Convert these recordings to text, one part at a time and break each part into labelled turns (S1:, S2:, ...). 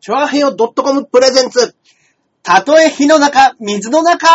S1: チョアヘヨ .com プレゼンツ。たとえ火の中、水の中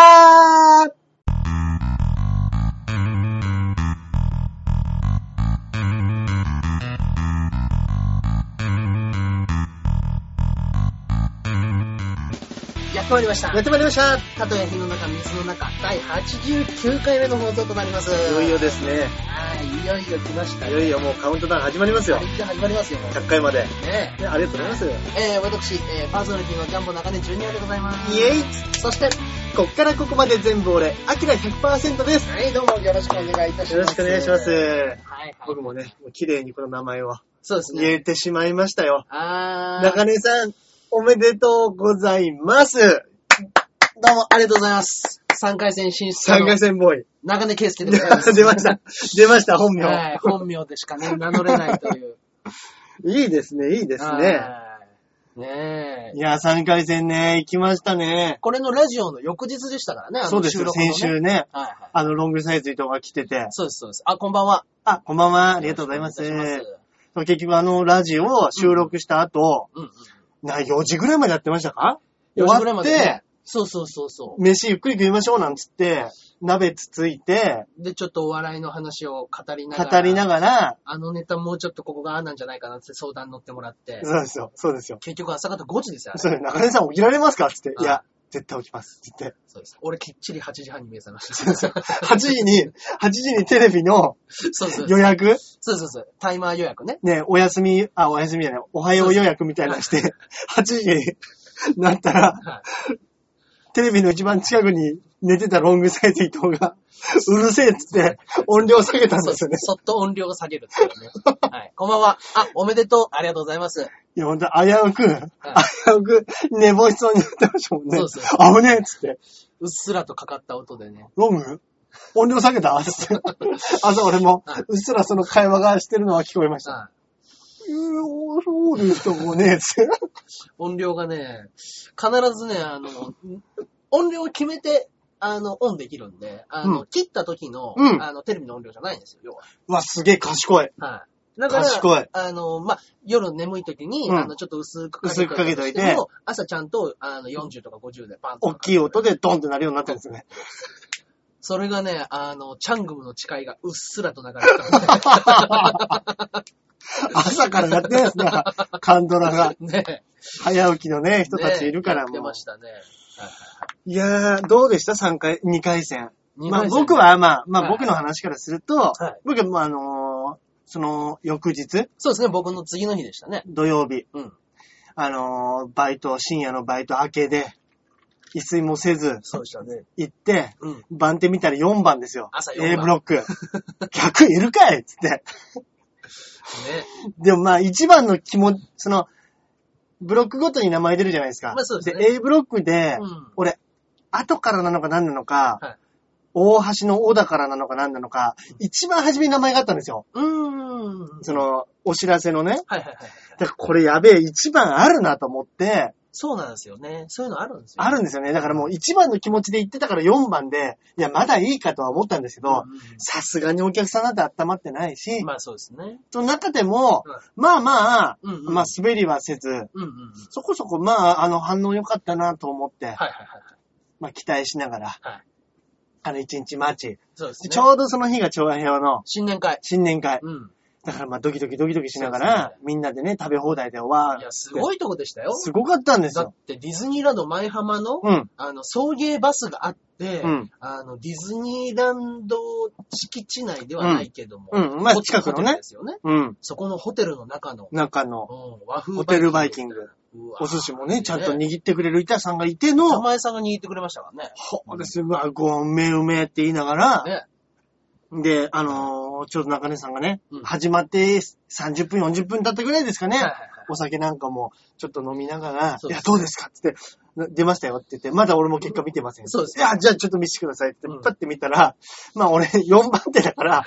S2: やってまいりました
S1: や。ってまいりました。
S2: たとえ火の中、水の中、第89回目の放送となります。
S1: いよいよですね。
S2: はい、いよいよ来ました
S1: い
S2: ね。
S1: よいよもうカウントダウン始まりますよ
S2: これ。一応始まりますよ、もう
S1: 100回まで。
S2: ね
S1: ねありがとうございます。イ
S2: え。えー、私、えー、パーソナリティのジャンボ中根ジュニアでございます。
S1: ェイ
S2: そして、
S1: こっからここまで全部俺、アキラ100%です。
S2: はい、どうもよろしくお願いいたします。
S1: よろしくお願いしま
S2: はい、
S1: す。
S2: はい。
S1: 僕もね、もう綺麗にこの名前を
S2: そうです
S1: 言
S2: ね。
S1: えてしまいましたよ。
S2: あー、
S1: 中根さん、おめでとうございます。
S2: どうもありがとうございます。3回戦進出
S1: 三
S2: の
S1: 回戦ボーイ。
S2: 中根圭介でございま す。
S1: 出ました。出ました、本名。
S2: はい、本名でしかね、名乗れないという。
S1: いいですね、いい ですね。
S2: はい。ねえ
S1: い。や、3回戦ね、行きましたね。
S2: これのラジオの翌日でしたからね、あの
S1: そうです
S2: 収
S1: よ、
S2: 録のね
S1: 先週ね、
S2: はいはい。
S1: あの、ロングサイズ伊藤が来てて。
S2: そうです、そうです。あ、こんばんは。
S1: あ、こんばんは、
S2: あ
S1: ありがとうございます。
S2: うん
S1: そう結局、あの、ラジオを収録した後、
S2: うん。
S1: な、4時ぐらいまでやってましたか
S2: 4時ぐら
S1: 終わ
S2: いま
S1: っ
S2: で
S1: て
S2: ね、。そうそうそうそ
S1: 飯ゆっくり食いましょうなんつって、鍋つついて、
S2: う。で、ちょっとお笑いの話を語りながら。
S1: 語りながら、
S2: あのネタもうちょっとここがああなんじゃないかなって相談乗ってもらって。
S1: そうですよ、そうですよ。
S2: 結局朝方5時ですよ、あれ
S1: そう中根さん起きられますかつって、
S2: うん
S1: いや、絶対起きます。つって。
S2: そうです。俺きっちり8時半に目覚ました。
S1: 8時に、8時にテレビの
S2: そうそう。
S1: 予約
S2: そうそうそう。タイマー予約ね。
S1: ね、お休み、あ、お休みじゃない、おはよう予約みたいなのして、8時になったら、
S2: は
S1: テレビの一番近くに寝てたロングサイズ伊藤が、うるせえっつって音量下げたん
S2: そう
S1: ですよね。
S2: そっと音量を下げるっていうね。はい。こんばんは。あ、おめでとう。ありがとうございます。
S1: いや、ほんと危うく、危うく寝坊しそうになってましたもんね。
S2: そうそう
S1: 危ねえっつって、
S2: うっすらとかかった音でね。
S1: ロング音量下げたっつって。朝俺も
S2: はい、
S1: うっすらその会話がしてるのは聞こえました。
S2: は
S1: うーおーそうですとこね、つって。
S2: い。音量がね、必ずね、あの、音量を決めて、あの、オンできるんで、あの、
S1: う
S2: 切った時の、
S1: うん
S2: あの、テレビの音量じゃないんですよ、要は。
S1: うわ、すげえ賢い。
S2: はい。だから、
S1: 賢い
S2: あの、まあ、夜眠い時に、
S1: うん
S2: あの、ちょっと薄く
S1: 薄くかけといて
S2: でも朝ちゃんと、あの、40とか50でパンと
S1: 大
S2: か。
S1: きい音でドンってなるようになったんですよね。
S2: それがね、あの、チャングムの誓いがうっすらと流れてたんで。
S1: 朝からやってないですね。カンドラが。
S2: ね。
S1: 早起きのね、 人たちいるから
S2: ねやって
S1: もう
S2: ま。したね。
S1: いやー、どうでした ?3 回、2回戦。
S2: 二
S1: まあ
S2: 回戦
S1: 僕、は、まあ、まあ
S2: はいはい
S1: 僕の話からすると
S2: はい、
S1: 僕はまああのー、その翌日、
S2: そうですね、僕の次の日でしたね。
S1: 土曜日、
S2: うん。
S1: あのー、バイト、深夜のバイト明けで、一睡もせず
S2: そうでしたね。
S1: 行って、
S2: うん。
S1: 番手見たら4番ですよ。
S2: 朝4番
S1: A ブロック。100いるかいっつって。
S2: ね。
S1: でもまあ一番の気持ち、その、ブロックごとに名前出るじゃないですか。
S2: まあそうですね
S1: A ブロックで、
S2: うん
S1: 俺、後からなのか何なのか、
S2: はい
S1: 大橋の尾だからなのか何なのか、一番初めに名前があったんですよ。
S2: うーん。
S1: その、お知らせのね。
S2: はいはいはい。
S1: だからこれやべえ、一番あるなと思って、
S2: そうなんですよね。そういうのあるんですよ。
S1: あるんですよね。だからもう一番の気持ちで言ってたから4番で、いや、まだいいかとは思ったんですけど、
S2: うんうん
S1: さすがにお客さんなんて温まってないし、
S2: まあそうですね。
S1: その中でも、まあまあ、
S2: うんうん
S1: まあ滑りはせず、
S2: うんうんうん。
S1: そこそこ、まあ、あの、反応良かったなと思って、
S2: はいはいはいはい。
S1: まあ、期待しながら、
S2: はい
S1: あの、一日待ち、
S2: そうですね。
S1: ちょうどその日が調和平和の
S2: 新年会。
S1: 新年会。
S2: うん。
S1: だから、まあ、ドキドキドキドキしなが
S2: そう
S1: ら、
S2: です
S1: みんなでね、食べ放題で、わー
S2: いや、す
S1: い。
S2: ごいとこでしたよ。
S1: すごかったんです
S2: だ
S1: よ
S2: っ。てディズニーランド前浜の、
S1: うん。
S2: あの、送迎バスがあって、
S1: うん
S2: あの、ディズニーランド敷地内ではないけども、
S1: うんうんまあ
S2: ホテル
S1: 近くのね
S2: ホテルですよね。
S1: うん。
S2: そこのホテルの中の、
S1: 中の、
S2: うん和風
S1: ホテルバイキング。
S2: うわ
S1: お寿司もね、ちゃんと握ってくれる板さんがいての、
S2: 名前さんが握ってくれましたからね。
S1: ほうですよ、うわごめうめえって言いながら、
S2: ね。
S1: で、あのーちょうど中根さんがね、
S2: うん
S1: 始まって30分、40分経ったぐらいですかね、
S2: はいはいはい
S1: お酒なんかもちょっと飲みながら、
S2: そう
S1: い
S2: です
S1: や、どうですかって言って、出ましたよって言って、まだ俺も結果見てません。
S2: そうです
S1: いや、じゃあちょっと見せてくださいって
S2: う、ん
S1: パッて見たら、まあ俺4番手だ から、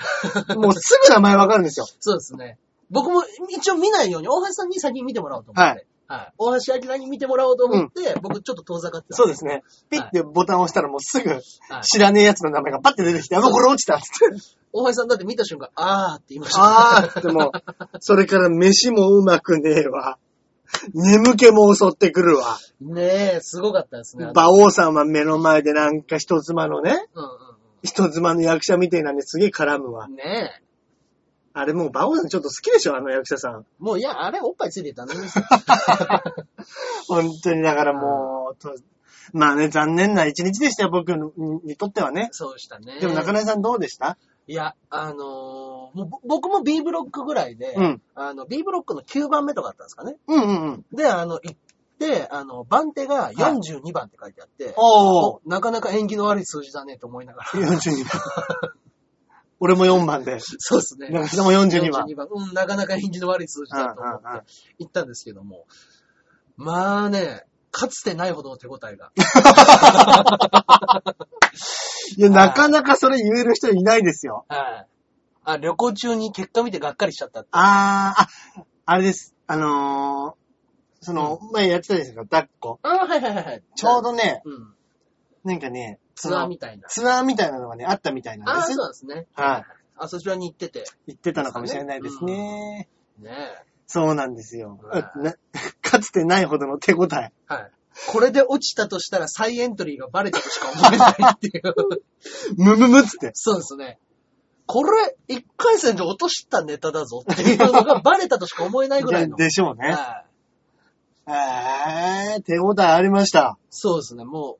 S1: もうすぐ名前わかるんですよ。
S2: そうですね。僕も一応見ないように、大橋さんに先に見てもらおうと思って。
S1: はい
S2: はい。大橋明に見てもらおうと思って、僕ちょっと遠ざかってた。
S1: そう
S2: で
S1: ですね。ピッてボタンを押したらもうすぐ
S2: はい
S1: 知らねえやつの名前がパッて出てきて、あ、もうこれ落ちたっつって。
S2: 大橋さんだって見た瞬間、あーって言いました。
S1: あーってもう、それから飯もうまくねえわ。眠気も襲ってくるわ。
S2: ねえ、すごかったですね。あの
S1: 馬王さんは目の前でなんか人妻のね、
S2: うんうん
S1: 人妻の役者みたいなんですげえ絡むわ
S2: う。ん。ねえ。
S1: あれもう馬王さんちょっと好きでしょあの役者さん。
S2: もう、いや、あれ、おっぱいついてたんですよ。
S1: 本当にだからもう、とまあね、残念な一日でしたよ、僕ににとってはね。
S2: そうしたね。
S1: でも中根さんどうでした、
S2: いや、あのーもうぼ僕も B ブロックぐらいで、
S1: うん
S2: あの、B ブロックの9番目とかだったんですかね。
S1: うん、うんうんうん
S2: で、あの、行って、あの、番手が42番って書いてあって、
S1: おー
S2: おなかなか縁起の悪い数字だねと思いな がら。
S1: 42番。俺も4番で。
S2: そうですね。
S1: 中根さんも42番。
S2: うん、なかなか縁起の悪い数字だと思って
S1: うんうんうん
S2: 行ったんですけども。まあね、かつてないほどの手応えが。
S1: いや、なかなかそれ言える人いないですよ。
S2: はい。あ、旅行中に結果見てがっかりしちゃったって。
S1: あー、あ、あれです。あのー、その、前やってたですよ、抱っこ。
S2: あはいはいはいはい。
S1: ちょうどね、
S2: うん。
S1: なんかね、
S2: ツアー
S1: その
S2: みたいな。
S1: ツアーみたいなのがね、あったみたいなん
S2: ああ、
S1: で
S2: そう
S1: す。
S2: なんですね。
S1: はい。
S2: あ、そちらに行ってて。
S1: 言ってたのかもしれないですね。
S2: ね
S1: そうなんですよ。
S2: はい
S1: な かつてないほどの手応え。
S2: え。はい。これで落ちたとしたら再エントリーがバレたとしか思えないっていう。
S1: むむむっつって。
S2: そうですね。これ、一回戦で落としたネタだぞっていうのがバレたとしか思えないぐらいの。
S1: でしょうね。
S2: はい
S1: えー、手応えありました。
S2: そうですね、もう。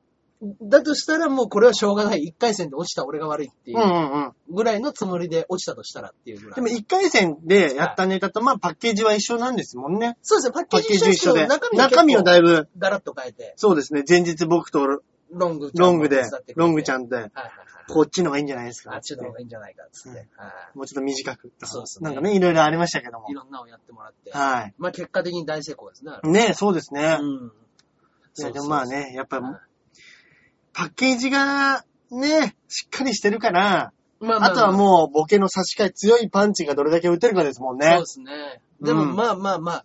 S2: だとしたらもうこれはしょうがない。一回戦で落ちた俺が悪いってい
S1: うんう
S2: うん
S1: うん。
S2: ぐらいのつもりで落ちたとしたらっていうぐらい。
S1: でも1回戦でやったネタと、まあパッケージは一緒なんですもんね。
S2: そうですね、パ
S1: パ
S2: ッ
S1: ッ
S2: ケ
S1: ケ
S2: ー
S1: ー
S2: ジ
S1: ジ
S2: 一
S1: 一緒
S2: 緒で
S1: で。
S2: すけど、中身
S1: 中身をだ
S2: い
S1: いぶ、
S2: ガラッと変えて、
S1: そうですね。前日僕と
S2: ロングちゃん
S1: ロングで
S2: 手伝って、くれて
S1: ロングちゃんで、
S2: はいはいはい。
S1: こっちの方がいいんじゃないですか。
S2: あっちの方
S1: つっ
S2: がいいんじゃないかっつっ
S1: う
S2: て。はい。
S1: てもうちょっと短く。
S2: そうですね
S1: なんかね、いろいろありましたけども
S2: い。ろんなのをやってもらって。
S1: は
S2: まあ結果的に大成功ですね。
S1: い。ねそうですね。
S2: うん。
S1: いやでもまあね、やっぱ
S2: そうそうそう。
S1: パッケージが、ね、しっかりしてるから、
S2: ま
S1: あとはもうボケの差し替え、強いパンチがどれだけ打てるかですもん
S2: そう
S1: ね
S2: で。すね。
S1: うん
S2: でも、まあまあまあ、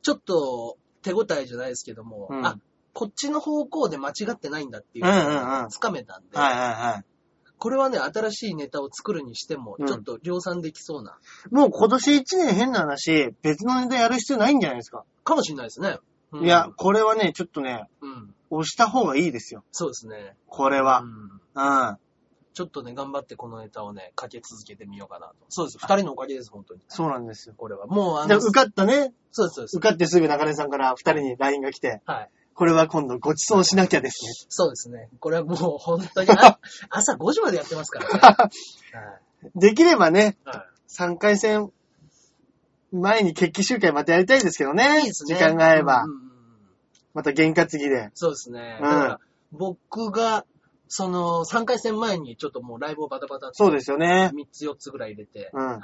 S2: ちょっと手応えじゃないですけども、
S1: うん
S2: あ、こっちの方向で間違ってないんだっていう
S1: うんうんう
S2: の
S1: ん
S2: をつかめたんで、
S1: はいはいはい。
S2: これはね、新しいネタを作るにしても
S1: う、ん
S2: ちょっと量産できそうな、
S1: もう今年1年変な話、別のネタやる必要ないんじゃないですか。
S2: かもしれないですね。うん
S1: いや、、これはね、ちょっとね、
S2: うん。
S1: 押した方がいいですよ。
S2: そうですね。
S1: これ
S2: う
S1: は。
S2: ん
S1: うん。
S2: ちょっとね、頑張ってこのネタをね、かけ続けてみようかなと。そうです。二人のおかげです、本当に。
S1: そうなんですよ。
S2: これは。もう、あ
S1: で、
S2: の、
S1: 受かったね。
S2: そうです、そうです
S1: 受。かってすぐ中根さんから2人に LINE が来て、
S2: はい。
S1: これは今度ご馳走しなきゃです
S2: そうですね。これはもう本当に、 あ朝5時までやってますからね。はい
S1: ね。できればね、
S2: はい
S1: 3回戦前に決起集会またやりたいですけどね。
S2: いいですね。
S1: 時間があれば。
S2: うんうんうん
S1: また験担ぎで。
S2: そうですね。
S1: うん
S2: だから、僕が、その、3回戦前にちょっともうライブをバタバタと
S1: そうですよね。
S2: 3つ4つぐらい入れて、
S1: うん
S2: はい。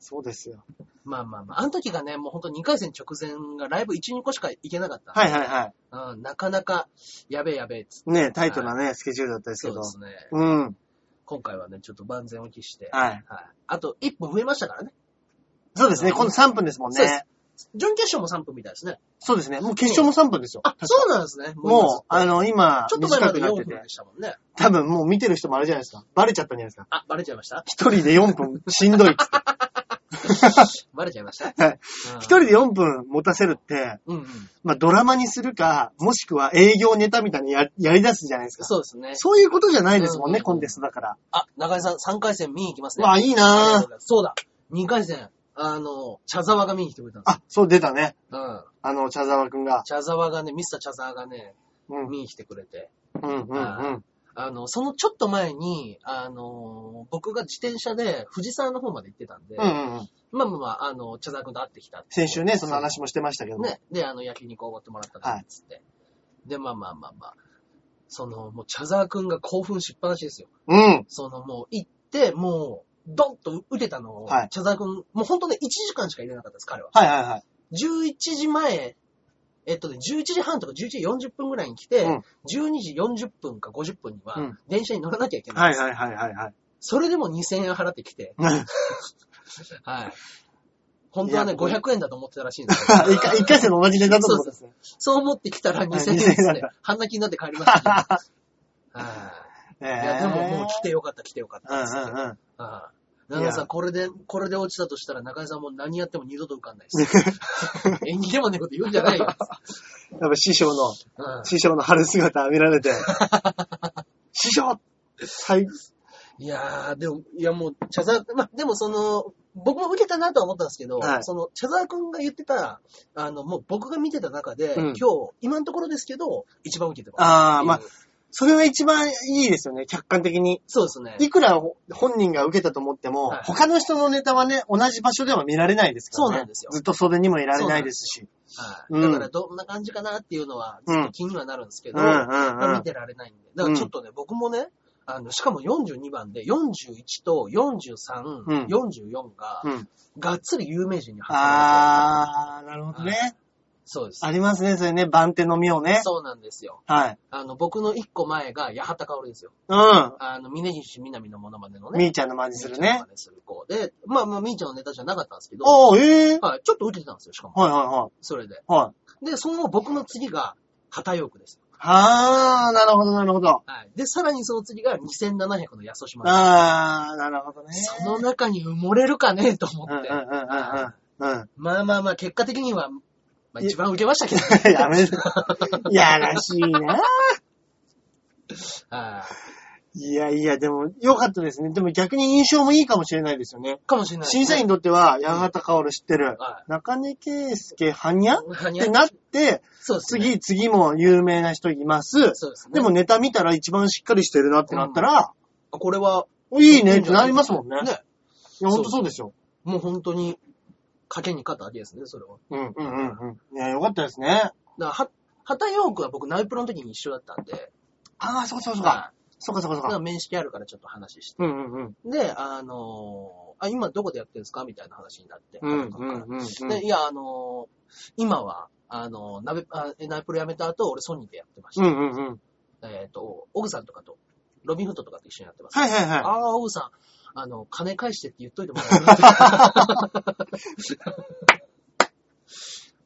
S1: そうですよ。
S2: まあまあまあ、あの時がね、もう本当2回戦直前がライブ1、2個しか行けなかった。
S1: はいはいは
S2: うん、なかなか、やべえやべえっつって。
S1: い。ねタイトなね、スケジュールだったです
S2: そ
S1: け
S2: う
S1: ど
S2: で。すね。
S1: うん。
S2: 今回はね、ちょっと万全を期して、い。
S1: はい。
S2: あと、1分増えましたからね。
S1: そうですね。今度3分ですもん
S2: そうです
S1: ね。
S2: 準決勝も3分みたいですね。
S1: そうですね。もう決勝も3分ですよ。
S2: あ、そうなんですね。
S1: もう、あの、今、
S2: ちょっと前ま
S1: 短く
S2: で
S1: なっ
S2: 4
S1: て
S2: 分
S1: て
S2: で。したもんね。
S1: 多分もう見てる人もあれじゃないですか。バレちゃったんじゃないですか。
S2: あ、バレちゃい ました
S1: 一人で4分、しんどいっつって。
S2: バレちゃいました
S1: はい
S2: うん
S1: 一人で4分持たせるって、
S2: うんうん。
S1: まあドラマにするか、もしくは営業ネタみたいにややり出すじゃないですか。
S2: そうですね。
S1: そういうことじゃないですもん
S2: う
S1: ね、
S2: ん
S1: コンテストだから。
S2: あ、中井さん、3回戦見に行きますね。
S1: わあ、いい
S2: ありがと
S1: な
S2: うご
S1: ぁ。
S2: ざいますそうだ、2回戦、あの、茶沢が見に来てくれたんです
S1: あ、そう出たね。
S2: よ。うん。
S1: あの、茶沢くんが。
S2: 茶沢がね、ミスター茶沢がね、
S1: うん、うん、
S2: 見に来てくれて。
S1: うん、うん。
S2: あの、そのちょっと前に、あの、僕が自転車で藤沢の方まで行ってたんで、
S1: うん、うんうん。
S2: まあまあまあ、あの、茶沢くんと会ってきたっていう
S1: 先週ね、その話もしてましたけども。
S2: ね。で、あの、焼肉をおごってもらったか
S1: は
S2: ら
S1: い、
S2: つって。で、まあまあまあまあ。その、もう茶沢くんが興奮しっぱなしですよ。
S1: うん。
S2: そのもう行って、もう、ドンと打てたのを、
S1: はい
S2: 茶沢くん、もう本当ね、1時間しか入れなかったです、彼は。
S1: はいはいはい。
S2: 11時前、えっとね、11時半とか11時40分ぐらいに来て、
S1: うん
S2: 12時40分か50分には
S1: うん、
S2: 電車に乗らなきゃいけないん
S1: は
S2: で
S1: い
S2: す、
S1: はいはいはいはい。
S2: それでも2000円払ってきて、はい。本当はいね、
S1: やこれ
S2: 500円だと思ってたらしいんですけど、
S1: 一回一回戦の同じネタと思ってたんですね
S2: そう思ってきたら2000円
S1: 2000円
S2: で
S1: だ
S2: す
S1: っ
S2: ね
S1: た。
S2: 半泣きになって帰りましたけど、はい。い
S1: え
S2: や、でももう来
S1: 来
S2: てよかった、来てよかったっつって、
S1: うんうんうん。
S2: ああ長井
S1: い
S2: さん、
S1: や
S2: これで、これで落ちたとしたら中井さんもう何やっても二度と浮かんな いです。演技でもねえこと言うんじゃないよ。
S1: やっぱ師匠の、
S2: うん
S1: 師匠の春姿見ら れて、師匠最
S2: いやー、でも、いやもう、茶沢、まあ、でもその、僕も受けたなとは思ったんですけど、
S1: はい
S2: その、茶沢くんが言ってた、あの、もう僕が見てた中で、
S1: うん
S2: 今日、今のところですけど、一番受けてます。
S1: ああ、まあ
S2: うん、
S1: それが一番いいですよね、客観的に。
S2: そうですね。
S1: いくら本人が受けたと思っても、
S2: はい
S1: 他の人のネタはね、同じ場所では見られないですからね。
S2: そうなんですよ
S1: ずっと袖にもいられないですし。
S2: はい。
S1: うん
S2: だから、どんな感じかなっていうのは、ずっと気にはなるんですけど、
S1: うんうんうん
S2: 見てられないんで。だからちょっとね、僕もね、あの、しかも42番で、41と43、
S1: うん
S2: 44が、
S1: うん。
S2: がっつり有名人に挟まれて、
S1: あー、なるほどね。
S2: そうです。
S1: ありますね、それね、番手のみをね。
S2: そうなんですよ。
S1: はい。
S2: あの、僕の一個前が、八幡薫ですよ。
S1: うん。
S2: あの、峯岸みなみのモノマネのね。
S1: みーちゃんの真似するね。。
S2: する子で、まあまあ、みーちゃんのネタじゃなかったんですけど、は
S1: おー、ええー。
S2: い、ちょっと受けてたんですよ、しかも。
S1: はいはいはい。
S2: それで。
S1: はい。
S2: で、その僕の次が、旗ヨークです。
S1: あー、なるほどなるほど。
S2: はい。で、さらにその次が2700の安島です。
S1: あー、なるほどね。
S2: その中に埋もれるかねと思
S1: うんうんう
S2: って。
S1: んうんうん。うん。
S2: まあまあまあ、結果的には、まあ一番受けましたけど。
S1: やめろ。やらしいな。
S2: はい。
S1: いやいや、でも、良かったですね。でも逆に印象もいいかもしれないですよね。
S2: かもしれないですね。
S1: 審査員にとっては、八幡薫知ってる。
S2: は
S1: 中根圭介、はにゃっ
S2: い。はにゃ
S1: てなって、
S2: そうですね。
S1: 次、次も有名な人います。
S2: そうですね。
S1: でも、ネタ見たら一番しっかりしてるなってなったら、
S2: これは、
S1: いいねってなりますもんね。
S2: ね。
S1: いや、ほんとそうですよ。
S2: もう本当に、賭けに勝ったわけですね、それは。
S1: うんうんうんうん。いや、良かったですね。
S2: だから、は、畑ヨークは僕、ナイプロの時に一緒だったんで、
S1: ああ、そうかそうかそう
S2: は
S1: か。そうかそうか
S2: いだか
S1: そ
S2: ら
S1: うか。
S2: 面識あるからちょっと話して。
S1: うんうんうん。
S2: で、あのーあ、今どこでやってるんですかみたいな話になって。
S1: うん
S2: 畑
S1: う
S2: 中
S1: ん
S2: か
S1: うん
S2: ら
S1: う
S2: で、
S1: ん。
S2: いや、あのー今は、あのー、ナベ、あえナイプロ辞めた後、俺ソニーでやってまし
S1: う
S2: た。
S1: んうんうん。
S2: えっ、と、オグさんとかと、ロビンフットとかと一緒にやってます。
S1: はいはいはい。
S2: ああ、オグさん、あの、金返してって言っといてもら える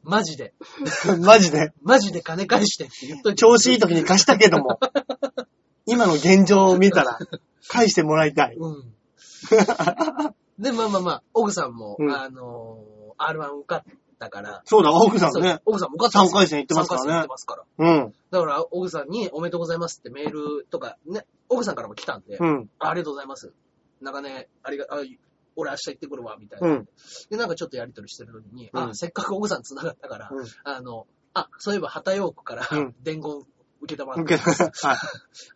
S2: マジで、
S1: マジで。
S2: マジで金返してって言っといて
S1: 調子いい時に貸したけど も、今の現状を見たら、返してもらいたい。
S2: うん。で、まあまあまあ、奥さんも、
S1: うん
S2: あのー、R1 受かったから、
S1: そうだ、奥さん
S2: そう
S1: ね。
S2: 奥さんも受かったんですよ
S1: 三回戦行ってますからね
S2: 三回戦行ってますから。
S1: うん。
S2: だから、奥さんにおめでとうございますってメールとか、ね、奥さんからも来たんで、
S1: うん。
S2: ありがとうございます。なんかね、ありが、あ俺明日行ってくるわ、みたいうな。
S1: ん。
S2: で、なんかちょっとやりとりしてる時に、
S1: うん
S2: あ、せっかく奥さん繋がったから、
S1: うん
S2: あの、あ、そういえば、旗ヨークから、
S1: うん
S2: 伝言受けたまって
S1: 受けた。はい。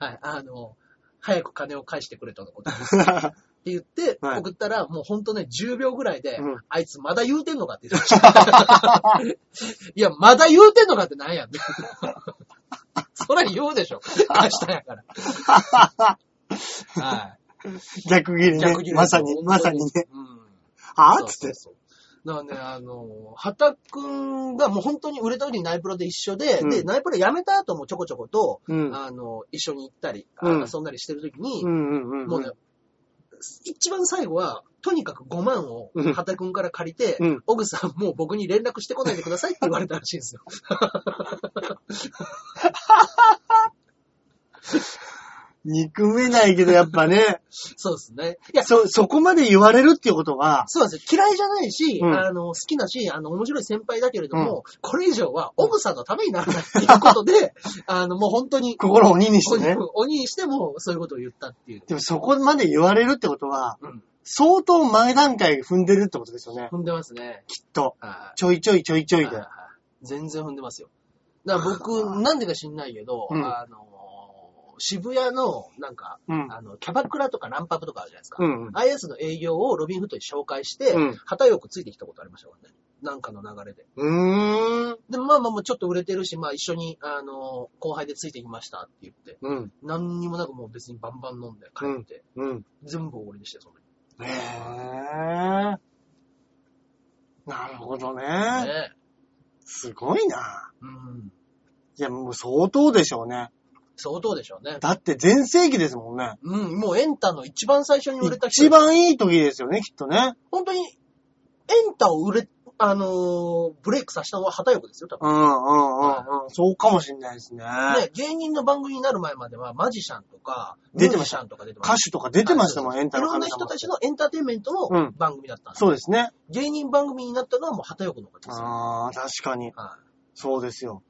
S2: はい、あの、早く金を返してくれとのこと。
S1: は
S2: って言って、
S1: はい
S2: 送ったら、もうほんとね、10秒ぐらいで、
S1: うん
S2: あいつまだ言うてんのかって言ってました。 いや、まだ言うてんのかってなんやって。 そりゃ言うでしょ。明日や から。は
S1: 逆切
S2: い。
S1: りね。まさに、まさにね。。
S2: うん。
S1: あー
S2: そう
S1: っ
S2: そ
S1: つっ
S2: う
S1: て。
S2: そうだからね、あの、畑くんがもう本当に売れた時にナイプロで一緒で、
S1: うん
S2: で、ナイプロ辞めた後もちょこちょこと、
S1: うん。
S2: あの、一緒に行ったり、あ
S1: うん
S2: 遊んだりしてる時に
S1: う、んうんうん。
S2: もうね、一番最後は、とにかく5万を
S1: うん
S2: 畑くんから借りて
S1: うん、
S2: オグさんもう僕に連絡してこないでくださいって言われたらしい んですよ。
S1: 憎めないけど、やっぱね、
S2: そうですね。いや、
S1: そ、そこまで言われるっていうことは、
S2: そうなんですよ。嫌いじゃないし、
S1: うん
S2: あの、好きだし、あの、面白い先輩だけれども、これ以上は、オグさんのためにならないっていうこと で、あの、もう本当に、
S1: 心を鬼にして ね。
S2: 鬼鬼にしても、そういうことを言ったっていう。
S1: でもそこまで言われるってことは
S2: うん、
S1: 相当前段階踏んでるってことですよね。
S2: 踏んでますね。
S1: きっと。
S2: は
S1: ちょいちょいちょいちょ
S2: い
S1: いで
S2: は。い全然踏んでますよ。だから僕、なんでか知んないけど、
S1: うん
S2: あのー、渋谷の、なんか、
S1: うん。
S2: あの、キャバクラとかランパブとかあるじゃないですか。
S1: うんうん。
S2: IS の営業をロビンフットに紹介して、
S1: うん
S2: 旗よくついてきたことありましたもんね。なんかの流れで。
S1: うーん。
S2: で、まあまあまあ、ちょっと売れてるし、まあ一緒に、あの、後輩でついてきましたって言って、
S1: うん。
S2: 何にもなくもう別にバンバン飲んで帰って、
S1: うん。
S2: 全部おごりでしたよ、その
S1: へえ。なるほど
S2: 時。
S1: ね。
S2: ね
S1: すごいな。
S2: うん。
S1: いや、もう相当でしょうね。
S2: 相当でしょうね。
S1: だって全盛期ですもんね。
S2: うん、もうエンタの一番最初に売れた人。
S1: 一番いい時ですよね、きっとね。
S2: 本当に、エンタを売れ、あのーブレイクさせたのは旗よくですよ、多分。
S1: うんうんうんうんん、そうかもしんないですね。
S2: ね、芸人の番組になる前までは、マジシャンとか、
S1: 出てま
S2: ミュージ
S1: し
S2: シ
S1: た
S2: ャンとか出てました。
S1: 歌手とか出てましたもん、エンタ
S2: い
S1: の
S2: ろんな
S1: 神
S2: 人
S1: 様
S2: た。ちのエンターテインメント
S1: う
S2: の
S1: ん
S2: 番組だったんです。
S1: そうですね。
S2: 芸人番組になったのはもう畑横の方ですよ。
S1: ああ、確かに。
S2: はい。
S1: そうですよ。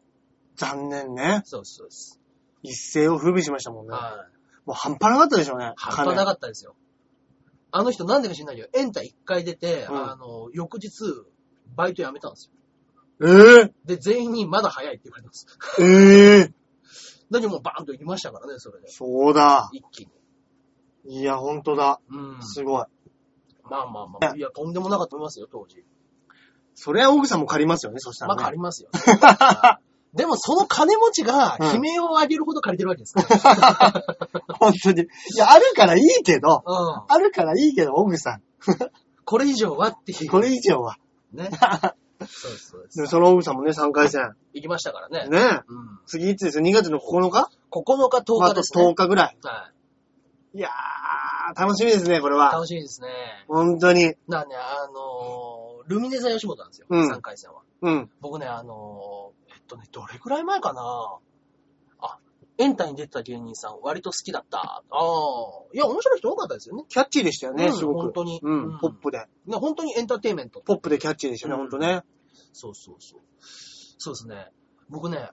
S1: 残念ね。
S2: そうです、そうです。
S1: 一世を風靡しましたもんね。
S2: はい。
S1: もう半端なかったでしょうね。
S2: 半端な
S1: か
S2: かったですよ。あの人なんでか知んないけど、エンタ一回出て、
S1: うん
S2: あの、翌日、バイト辞めたんですよ。
S1: えぇ
S2: で、全員にまだ早いって言われたんです。
S1: えぇ
S2: だけどもうバーンと行きましたからね、それで。
S1: そうだ。
S2: 一気に。
S1: いや、ほんとだ。
S2: うん。
S1: すごい。
S2: まあまあまあ。いや、とんでもなかったと思いますよ、当時。
S1: それは奥さんも借りますよね、そした
S2: ま
S1: ら
S2: あ
S1: ね。
S2: 借 りますよ。でもその金持ちが悲鳴を上げるほど借りてるわけですから。
S1: 本当に。いや、あるからいいけど、
S2: うん。
S1: あるからいいけど、奥さん。
S2: これ以上はっていう。
S1: これ以上は。
S2: ね。そうですそうで
S1: でも
S2: す。
S1: その奥さんもね、3回戦。
S2: 行きましたからね。
S1: ね
S2: うん。
S1: 次いつですよ ?2 月の9日
S2: 9日、10
S1: あ
S2: 日
S1: と
S2: ですね
S1: 10。日ぐらい。
S2: はい
S1: やー、楽しみですね、これ
S2: い。
S1: は。
S2: 楽しみですね。
S1: 本当に。
S2: なあね、あのールミネ座吉本なんですよ。
S1: うん
S2: 3回戦は。
S1: うん。
S2: 僕ね、あのーえっとね、どれくらい前かなあ、エンタに出てた芸人さん割と好きだった。ああ。いや、面白い人多かったですよね。
S1: キャッチーでしたよね、
S2: うん
S1: すごく。
S2: 本当に
S1: うん、
S2: うん
S1: ポップで。
S2: ね本当にエンターテインメント。
S1: ポップでキャッチーでしたね、
S2: うん
S1: 本当ね。
S2: そうそうそう。そうですね。僕ね、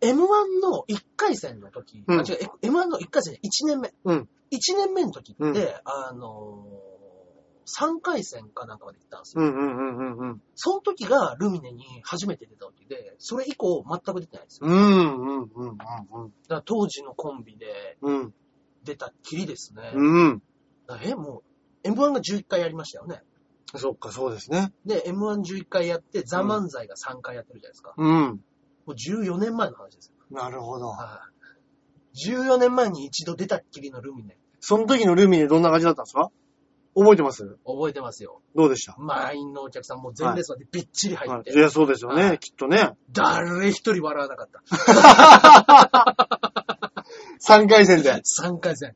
S2: M1 の1回戦の時、
S1: うん
S2: あ、違う、え M1 の1回戦じゃ1年目。
S1: うん
S2: 1年目の時って、
S1: うん
S2: あのー、3回戦かなんかまで行ったんですよ。
S1: うんうんうんうんうん。
S2: その時がルミネに初めて出た時で、それ以降全く出てないんですよ。
S1: うんうんうんうん
S2: だから当時のコンビで
S1: うん。
S2: 出たっきりですね。
S1: うん。うん。
S2: だからえ、もう、M1 が11回やりましたよね。
S1: そっか、そうですね。
S2: で、M111 回やって、ザ・漫才が3回やってるじゃないですか。
S1: うん。
S2: もう14年前の話ですよ
S1: なるほど。
S2: はい14年前に一度出たっきりのルミネ、
S1: その時のルミネどんな感じだったんですか覚えてます
S2: 覚えてますよ。
S1: どうでした
S2: 満員のお客さんも全列までびっちり入って、
S1: いや、そうですよ
S2: は
S1: ね
S2: い、
S1: きっとね。
S2: 誰一人笑わなかった。
S1: 3回戦で。
S2: 3回戦、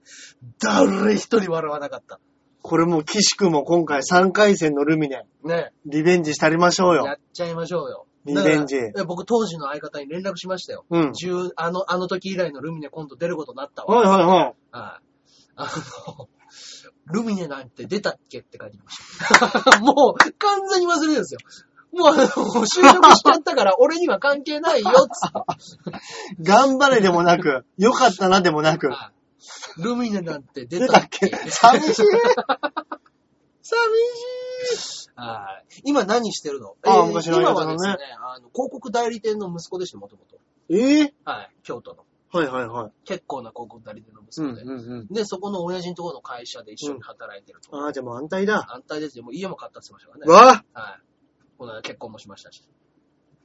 S2: 誰一人笑わなかった。
S1: これもう岸君も今回3回戦のルミネ、
S2: ね、
S1: リベンジしてありましょう
S2: や
S1: よ。
S2: っちゃいましょうよ。
S1: リベンジ
S2: だからえ僕当時の相方に連絡しましたよ。
S1: うん。
S2: 10あの、あの時以来のルミネ今度出ることになったわ。
S1: はいはいはい。
S2: はいあの、 ルミネなんて出たっけって書いてきました。 もう完全に忘れてるんですよ。もうあの、就職しちゃったから 俺には関係ないよっつって
S1: 頑張れでもなく、良かったなでもなく、
S2: はいルミネなんて出
S1: 出
S2: た
S1: た
S2: っ
S1: っ
S2: け
S1: け寂しい寂しい
S2: はい今何してるの
S1: あ
S2: えー
S1: 昔の
S2: 今
S1: 相
S2: は
S1: 方
S2: で
S1: のね
S2: すねあの、広告代理店の息子でした、もともと。
S1: ええ
S2: はい、京都の。
S1: はいはいはい。
S2: 結構な広告代理店の息
S1: うん
S2: 子で。
S1: うん
S2: で、そこの親父のところの会社で一緒に働いてると。
S1: うん。ああ、じゃあもう安泰だ。
S2: 安泰ですよ。もう家も買ったって言ってましたからね。
S1: わあ
S2: はい。この間結婚もしましたし。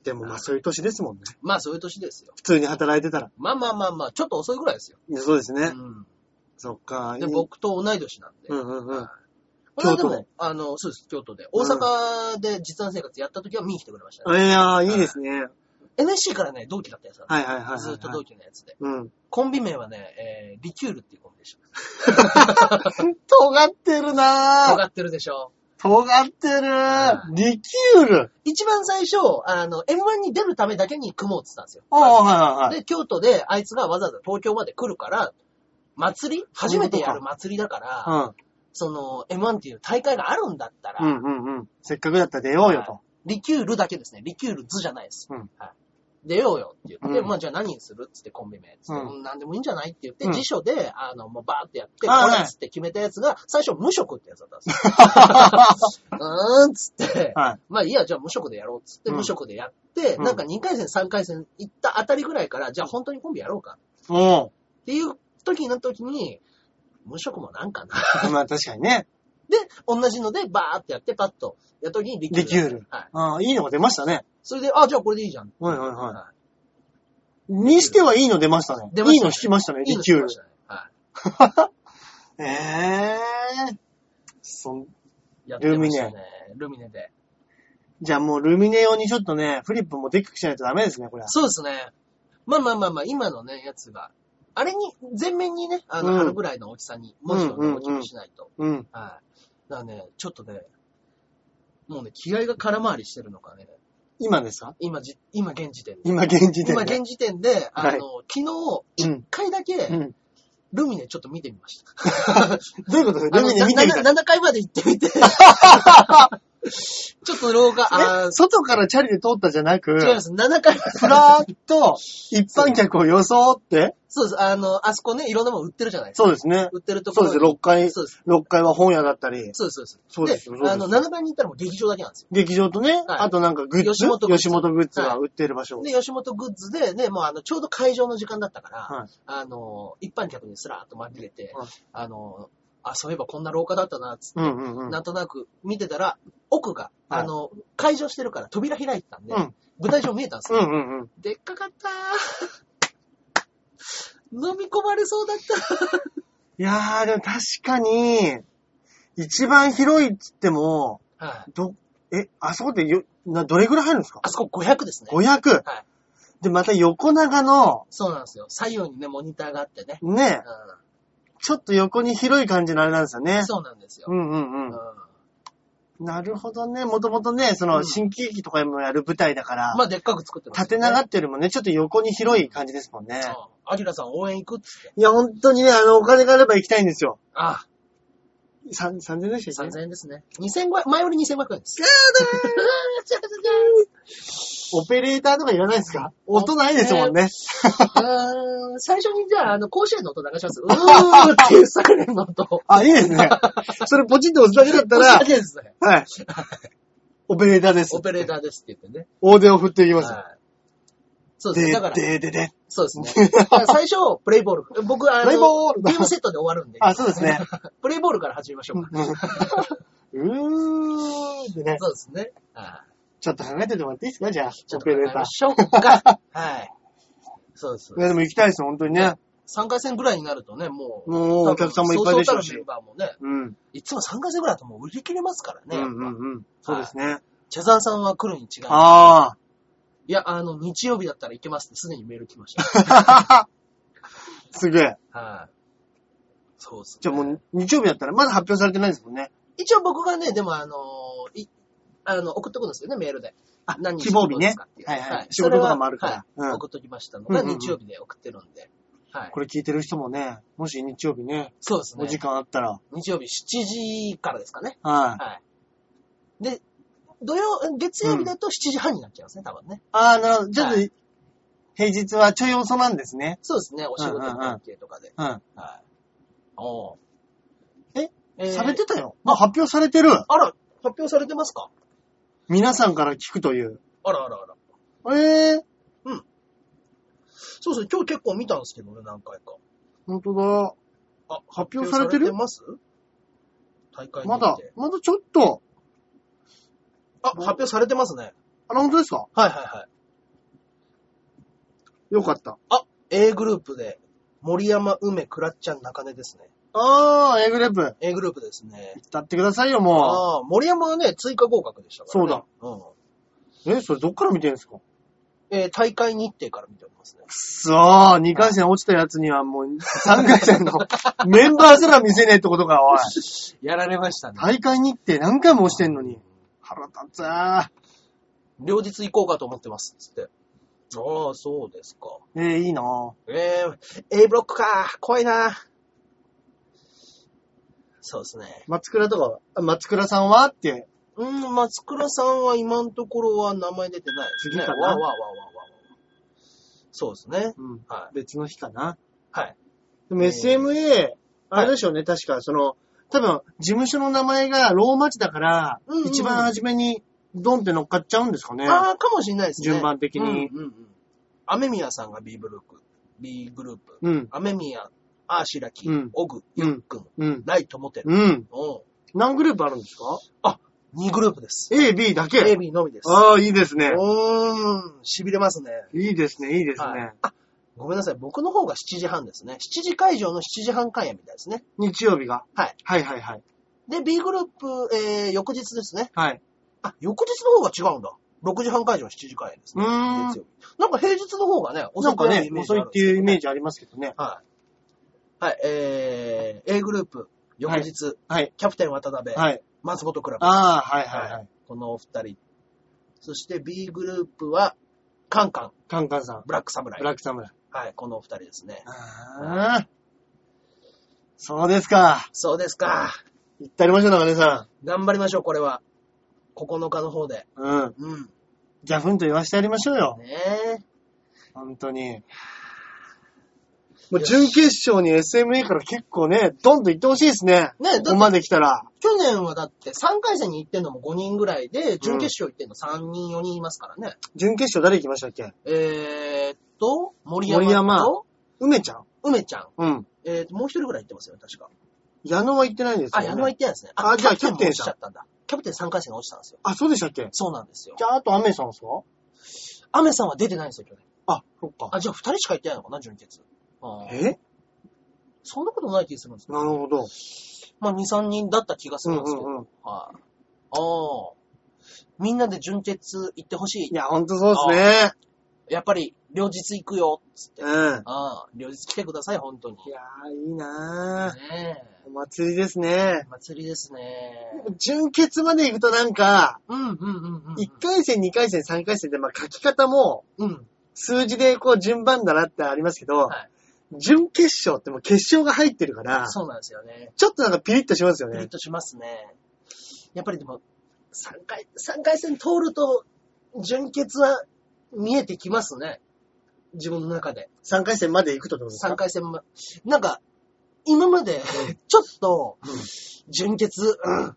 S1: でもまあそういう年ですもんね。
S2: まあそういう年ですよ。
S1: 普通に働いてたら。
S2: まあまあまあまあ、ちょっと遅いぐらいですよ。
S1: いやそうですね。
S2: う
S1: そっか。
S2: ん。で、僕と同い年なんで。
S1: うんうんうん
S2: はいこれはで
S1: 京都
S2: も
S1: で、
S2: あの、そうです、京都で。大阪で実弾生活やった時は見に来てくれましたね。
S1: いやー、いいですね。
S2: NSC からね、同期だったやつなんで
S1: はいはいはいはい。
S2: すずっと同期のやつで。
S1: うん。
S2: コンビ名はね、えー、リキュールっていうコンビでし
S1: 尖ってる
S2: た。
S1: な
S2: 尖
S1: ー
S2: ってるでしょ。
S1: 尖ってるーリキュール
S2: 一番最初、あの、M1 に出るためだけに組もうって言ったんですよ。
S1: ああ、はいはいはい。
S2: で、京都であいつがわざわざ東京まで来るから、祭り初めてや
S1: そういう
S2: る祭りだから、
S1: う
S2: その、M1 っていう大会があるんだったら、
S1: ん。うんうんうん。せっかくだったら出ようよと。
S2: リキュールだけですね。リキュール図じゃないです。
S1: うん
S2: はい、出ようよって言って、
S1: うん
S2: まあじゃあ何にするっつってコンビ名っつって、
S1: うん
S2: うん、何でもいいんじゃないって言って、
S1: うん
S2: 辞書で、あの、もうバーってやって、こ
S1: あー
S2: れっつって決めたやつが、最初無職ってやつだったんですよ。 うーんっつって、
S1: はい。
S2: まあいいや、じゃあ無職でやろうっつって、
S1: うん
S2: 無職でやって、
S1: うん
S2: なんか2回戦、3回戦行ったあたりぐらいから、じゃあ本当にコンビやろうか
S1: も
S2: っていう時になった時に、無職もなんかな。
S1: う。まあ確かにね。
S2: で、同じのでバーってやって、パッとやった時にリキュール。
S1: リキュール
S2: はい。
S1: ああ、いいのが出ましたね。
S2: それで、あ、じゃあこれでいいじゃん。
S1: はいはいはい
S2: い。
S1: にしてはいいの出ましたね。
S2: 出ましたね
S1: いいの引きましたね、リキュール。
S2: は
S1: ええー。そん
S2: い。やっ
S1: ってて
S2: ま
S1: ま
S2: し
S1: したた
S2: ね。ルミネで。
S1: じゃあもうルミネ用にちょっとね、フリップもでっかくしないとダメですね、これは。
S2: そうですね。まあまあまあまあ、今のね、やつが。あれに、全面にね、あの、
S1: うん
S2: あるぐらいの大きさに、文字の大きにしないと。
S1: うん。
S2: はい。だからね、ちょっとね、もうね、気合が空回りしてるのかね、
S1: 今ですか
S2: 今じ、今現時点で。
S1: 今現時点
S2: 今
S1: で。
S2: 現時点で、あの、
S1: はい
S2: 昨日、
S1: うん
S2: 一回だけ、
S1: うん。
S2: ルミネちょっと見てみました。
S1: どういうことですかルミネ見てみたい。
S2: 7, 回まで行って みて。ちょっと廊下、あ
S1: え
S2: ー
S1: 外からチャリで通ったじゃなく、
S2: 違います。7回まで。
S1: ふらーっと一般客を装って、
S2: そうです。あの、あそこね、いろんなもの売ってるじゃないですか。
S1: そうですね。
S2: 売ってるとこ
S1: そう
S2: ろ
S1: です、6階、
S2: そうです。
S1: 6階は本屋だったり、
S2: そうです。そ
S1: そ
S2: うです。
S1: うですよそうです
S2: あの、7階に行ったらもう劇場だけなんですよ。
S1: 劇場とね、あとなんかグッズ、
S2: 吉本グッズ
S1: 吉本グッズが売ってる場所。
S2: で、吉本グッズで、ね、もうあの、ちょうど会場の時間だったから、
S1: はい
S2: あの、一般客にすらっと紛れて、
S1: はい
S2: あの、あ、そういえばこんな廊下だったな、つって、
S1: うんうんうん。
S2: なんとなく見てたら、奥が、
S1: はい
S2: あの、会場してるから扉開いてたんで、
S1: うん
S2: 舞台上見えたんです
S1: う
S2: よ。
S1: んうんうん。
S2: でっかかったー飲み込まれそうだった。
S1: いやー、でも確かに、一番広いっつっても、
S2: はい。
S1: ど、え、あそこってよ、な、どれぐらい入るんですか
S2: あそこ500ですね。
S1: ?500。
S2: はい
S1: で、また横長の、
S2: そうなんですよ。左右にね、モニターがあってね。
S1: ね、
S2: う
S1: ちょっと横に広い感じのあれなんですよね
S2: ん、。そうなんですよ。
S1: うんうん
S2: うん
S1: うん。なるほどね。もともとね、そうの、
S2: ん
S1: 新喜劇とかにもやる舞台だから、
S2: まあ、でっかく作ってます、
S1: 縦長ってよりもね、ちょっと横に広い感じですもんね。
S2: うんアキラさん応援行くっつって。
S1: いや、本当にね、あの、お金があれば行きたいんですよ。
S2: あ
S1: 三3000円でしたっけ
S2: 3000円ですね。2500、前より2500円です。
S1: オペレーターとかいらないです か音ないですもんね。
S2: うーん最初にじゃあ、あの、甲子園の音流します。うーんっていうサイレンの音。
S1: あ、いいですね。それポチッと押すだけだった
S2: だ
S1: ら、
S2: けですね。
S1: はい。オペレーターです。
S2: オペレーターですって言ってね。
S1: 大手を振っていきます。
S2: はいそうです
S1: で
S2: ね。だから、、
S1: で、で、 で。
S2: そうですね。だから最初、プレイボール。僕、あの、
S1: プレイボール
S2: ゲームセットで終わるんで。
S1: あ、そうですね。
S2: プレイボールから始めましょうか。
S1: うーん。でね、
S2: そうですね。はい
S1: ちょっと考えててもらっていいですかじゃあ、
S2: ち
S1: オ
S2: ょっと
S1: ペ
S2: 考
S1: レ
S2: え
S1: ーター
S2: ま。しょうか。はい。そうです
S1: い。や、でも行きたいです、本当にね。
S2: 3回戦ぐらいになるとね、もう、
S1: もう、お客さんもいっぱいでしょう
S2: そう
S1: し
S2: そうたるメン。バーもね、
S1: うん。
S2: いつも3回戦ぐらいだともう売り切れますから
S1: う
S2: ね。
S1: ん
S2: やっぱ
S1: うんうん。そうですね。
S2: チェザーさんは来るに違いない。
S1: あ
S2: いや、あの、日曜日だったらいけますってすでにメール来ました。
S1: あ。すげえ。
S2: はい。そうっすね。
S1: じゃあもう、日曜日だったら、まだ発表されてないですもんね。
S2: 一応僕がね、でもあのー、い、あの、送っとくんですよね、メールで。
S1: あ
S2: 何
S1: 希望日ね
S2: 仕事ですかっていう
S1: はいはい
S2: はい
S1: 仕事とかもあるから
S2: それは
S1: うん
S2: はい送っときましたのが、
S1: うんうんうん
S2: 日曜日で送ってるんで。はい。
S1: これ聞いてる人もね、もし日曜日ね、
S2: そうです
S1: お
S2: ね
S1: 時。間あったら、
S2: 日曜日7時からですかね。
S1: はい。
S2: はい。で、土曜、月曜日だと7時半になっちゃいますね、多分ね。
S1: ああ、なるほど。ちょっと、
S2: は
S1: 平日はちょい遅なんですね。
S2: そうですね、お仕事の関係とかで。
S1: うん。
S2: はい。お
S1: え
S2: え
S1: され
S2: ー
S1: てたよ。あ、発表されてる。
S2: あら、発表されてますか
S1: 皆さんから聞くという。
S2: あらあらあら。
S1: ええー、
S2: そうそう、今日結構見たんですけどね、何回か。
S1: 本当だ。
S2: あ、
S1: 発表されてる
S2: 発表されてます大会に
S1: ま
S2: 行
S1: だ
S2: って、
S1: まだちょっと。
S2: あ、発表されてますね。
S1: あら、本当ですか
S2: はいはいはい。
S1: よかった。
S2: あ、A グループで、森山、梅、くらっちゃん、中根ですね。
S1: ああ、A グループ。
S2: A グループですね。
S1: 歌ってくださいよ、も
S2: ああ、森山はね、追加合格でしたから、ね。そうだ。うん。
S1: う。え、それどっから見てるんですかく
S2: えー大会日程から見ておりますね。
S1: そー、2回戦落ちたやつにはもう、3回戦のメンバーすら見せねえってことか、おい。
S2: やられましたね
S1: 大会日程何回も落ちてんのに。腹立つわ
S2: 両日行こうかと思ってます。つって。ああ、そうですか。
S1: ー。えー、いいなぁ。
S2: えー、A ブロックか。怖いな。そうですね。
S1: 松倉とかは、あ松倉さんはって、
S2: うーん、松倉さんは今のところは名前出てないですね。
S1: 次かな
S2: わわわわわわそうですね。
S1: うん、
S2: は
S1: 別の日かな。
S2: い。はい。
S1: でも
S2: えー
S1: SMA、あれでしょうね、確か、その、多分、事務所の名前がローマ字だから、
S2: うんうん
S1: 一番初めにドンって乗っかっちゃうんですかね。
S2: ああ、かもしれないですね。
S1: 順番的に
S2: うんうんうん。雨宮さんが B ブロック、B グループ。
S1: うん、
S2: 雨宮、アーシラキ
S1: うん、
S2: オグ、ユックン、
S1: うん、
S2: ライトモテル。
S1: うん。
S2: おう
S1: 何グループあるんですか
S2: 2グループです。
S1: ?A、B だけ。
S2: A、B のみです。
S1: ああ、いいですね。
S2: うーん、痺れますね。
S1: いいですね、いいです
S2: は
S1: ね
S2: い。あ、ごめんなさい。僕の方が7時半ですね。7時会場の7時半開演みたいですね。
S1: 日曜日が。
S2: はい。
S1: はいはいはい。
S2: で、B グループ、えー、翌日ですね。
S1: はい。
S2: あ、翌日の方が違うんだ。6時半会場、7時開演ですね。
S1: うーん
S2: 月曜日なんか平日の方がね、
S1: なん
S2: 遅
S1: か
S2: くなる
S1: ね
S2: イ、メージ
S1: 遅
S2: あ
S1: い
S2: るん
S1: っ
S2: で
S1: て
S2: すけど
S1: いうイメージありますけどね。
S2: はい。はい、えー、A グループ、翌日、
S1: はい。
S2: キャプテン渡辺、
S1: はい。
S2: 松本クラブ、
S1: ああ、はいはいはい。
S2: このお二人。そして B グループは、カンカン、
S1: カンカンさん。
S2: ブラックサムライ
S1: ブ。ラックサムライ。
S2: はい、このお二人ですね。
S1: ああ。そうですか。
S2: そうですか。
S1: 行ったりましょう、中根さ
S2: 頑張りましょう、これは。9日の方で。
S1: ん。うん。
S2: うん。
S1: ギャフンと言わしてやりましょうよ。
S2: ねえ。
S1: 本当に。もう準決勝に SMA から結構ね、ドンと行ってほしいですね。
S2: ね
S1: こ
S2: え、だ
S1: こ
S2: って
S1: まで来たら。
S2: 去年はだって3回戦に行ってんのも5人ぐらいで、準決勝行ってんの3人、4人いますからね。
S1: 準決勝誰行きましたっけ
S2: えーっと、森
S1: 森
S2: 山
S1: 山
S2: と、
S1: 梅ちゃん
S2: 梅ちゃん。
S1: うん。
S2: えーっと、もう一人ぐらい行ってますよね、確か。
S1: 矢野は行ってないんですよ、
S2: あ、
S1: ね。
S2: 矢野は行ってないですね。
S1: あじゃあ
S2: も
S1: キャプテン
S2: 落ちちゃったんだ。キャプテン3回戦が落ちたんですよ。
S1: あ、そうでしたっけ
S2: そうなんですよ。
S1: じゃあ、あとアメさんですか
S2: アメさんは出てないんですよ、去年。
S1: あ、そっか。
S2: あ、じゃあ2人しか行ってないのかな、準決。あー
S1: え
S2: そんなことない気がするんですけど。
S1: なるほど。
S2: まあ、2、3人だった気がす
S1: う
S2: る
S1: ん
S2: んですけど。
S1: うんうん。
S2: はい。ああ。みんなで準決行ってほしい
S1: い。や、ほんとそうですね。
S2: やっぱり、両日行くよ。つって。
S1: うん。
S2: ああ、両日来てください、本当に。
S1: いやー、いいなー。
S2: ねえ。
S1: お祭りですね。
S2: 祭りですね。
S1: 準決まで行くとなんか、
S2: うん、うん、うん、うん。
S1: 1回戦、2回戦、3回戦で、まあ書き方も、
S2: うん。
S1: 数字でこう順番だなってありますけど、
S2: はい
S1: 準決勝ってもう決勝が入ってるから、
S2: そうなんですよね。
S1: ちょっとなんかピリッとしますよ
S2: ピリッ
S1: ね。
S2: としますね。やっぱりでも、3回、三回戦通ると、準決は見えてきますね。自分の中で。
S1: 3回戦まで行くとってことです
S2: 3
S1: か
S2: 回戦ま、なんか、今まで、ちょっと
S1: うん、
S2: 純潔、うん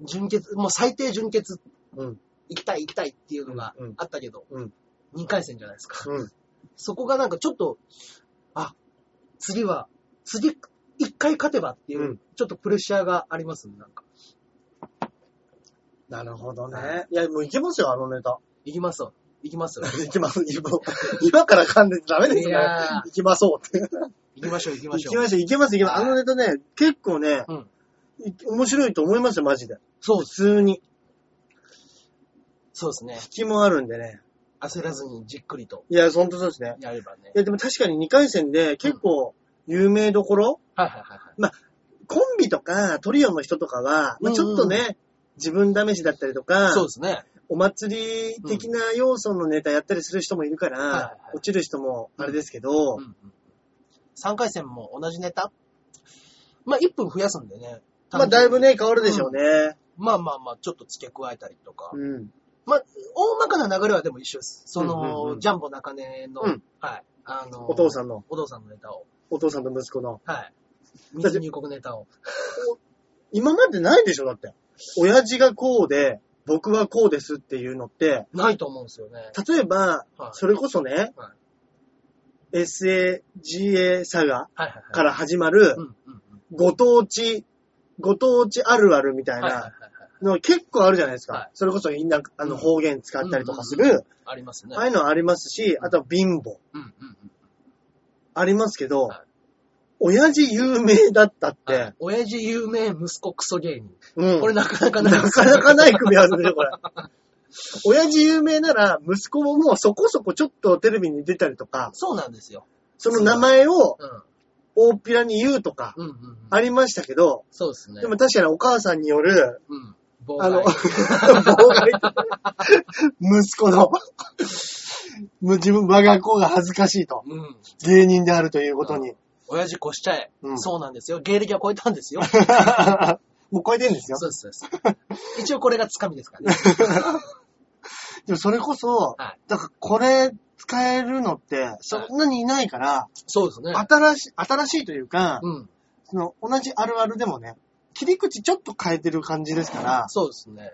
S2: 純潔、もう最低純潔、
S1: うん
S2: 行きたい行きたいっていうのが
S1: うんうん
S2: あったけど、
S1: うん
S2: 2回戦じゃないですか。
S1: うん。
S2: そこがなんかちょっと、あ、次は、次、1回勝てばっていう、
S1: うん
S2: ちょっとプレッシャーがありますね、なんか。
S1: なるほどね。いや、もういけますよ、あのネタ。
S2: 行きますよ。行きますよ。
S1: いきます、今 今から噛んでてダメです
S2: い
S1: ね。
S2: やー
S1: いきまそうって。
S2: 行きましょう、行きま
S1: 行
S2: しょ
S1: き
S2: う。
S1: ましょう、いけます、いけます。あのネタね、結構ね、
S2: うん
S1: い面白いと思いますよ、マジで。
S2: そう
S1: 普、通に。
S2: そうですね。
S1: 引きもあるんでね。
S2: 焦らずにじっくりと
S1: いや、ほんとそうですね。
S2: やればね
S1: い。や、でも確かに2回戦で結構有名どころ、
S2: はいはいはいはい。
S1: コンビとかトリオの人とかは、まあ、ちょっとね、
S2: う
S1: 自分試しだったりとか、
S2: そうですね。
S1: お祭り的な要素のネタやったりする人もいるから、
S2: はいはい
S1: 落ちる人もあれですけど、
S2: 3回戦も同じネタまあ、1分増やすんでね。
S1: まあだいぶ。ね、変わるでしょうね。
S2: まあまあまあ、ちょっと付け加えたりとか。
S1: うん。
S2: 大まかな流れはでも一緒です。その、
S1: うんうんうん
S2: ジャンボ中根の、
S1: うん
S2: はい。あの、
S1: お父
S2: ん。
S1: さんの、
S2: お父さんのネタを。
S1: お父さんと息子の。
S2: はい。未入国ネタを。
S1: 今までないでしょ、だって。親父がこうで、僕はこうですっていうのって、
S2: ないと思うんですよね。
S1: 例えば、
S2: はい
S1: それこそね、
S2: は
S1: SAGA サガ
S2: はいはいはい。
S1: から始まる
S2: う、んうんうん。
S1: ご当地、ご当地あるあるみたい
S2: はいはいはいは。
S1: ないの結構あるじゃないですか。
S2: はい
S1: それこそみんな、あの
S2: うん
S1: 方言使ったりとかす
S2: うん
S1: る、
S2: ありますね。
S1: ああいうのはありますし、あとは貧乏。
S2: うんうんうん。
S1: ありますけど、
S2: はい
S1: 親父有名だったって、
S2: はい親父有名息子クソ芸人。
S1: うん。
S2: これなかなかないで
S1: な
S2: す
S1: か
S2: よね。
S1: なかない組み合わせでしょ、これ。親父有名なら、息子ももうそこそこちょっとテレビに出たりとか、
S2: そうなんですよ。
S1: その名前を
S2: うん。
S1: 大っぴらに言うとか、
S2: うんうんうん。
S1: ありましたけど、
S2: そうですね。
S1: でも確かにお母さんによる、
S2: うん。妨害
S1: あの、息子の、もう自分、我が子が恥ずかしいと。
S2: うん。
S1: 芸人であるということに。
S2: 親父越しちゃえ、
S1: うん
S2: そうなんですよ。芸歴は超えたんですよ。
S1: もう超えてるんですよ。
S2: そうです、そうです。一応これがつかみですからね。
S1: でもそれこそ、
S2: はい
S1: だからこれ使えるのって、そんなにいないから、
S2: そうですね。
S1: 新しい、新しいというか、
S2: うん。
S1: その同じあるあるでもね、切り口ちょっと変えてる感じですから、
S2: そうですね。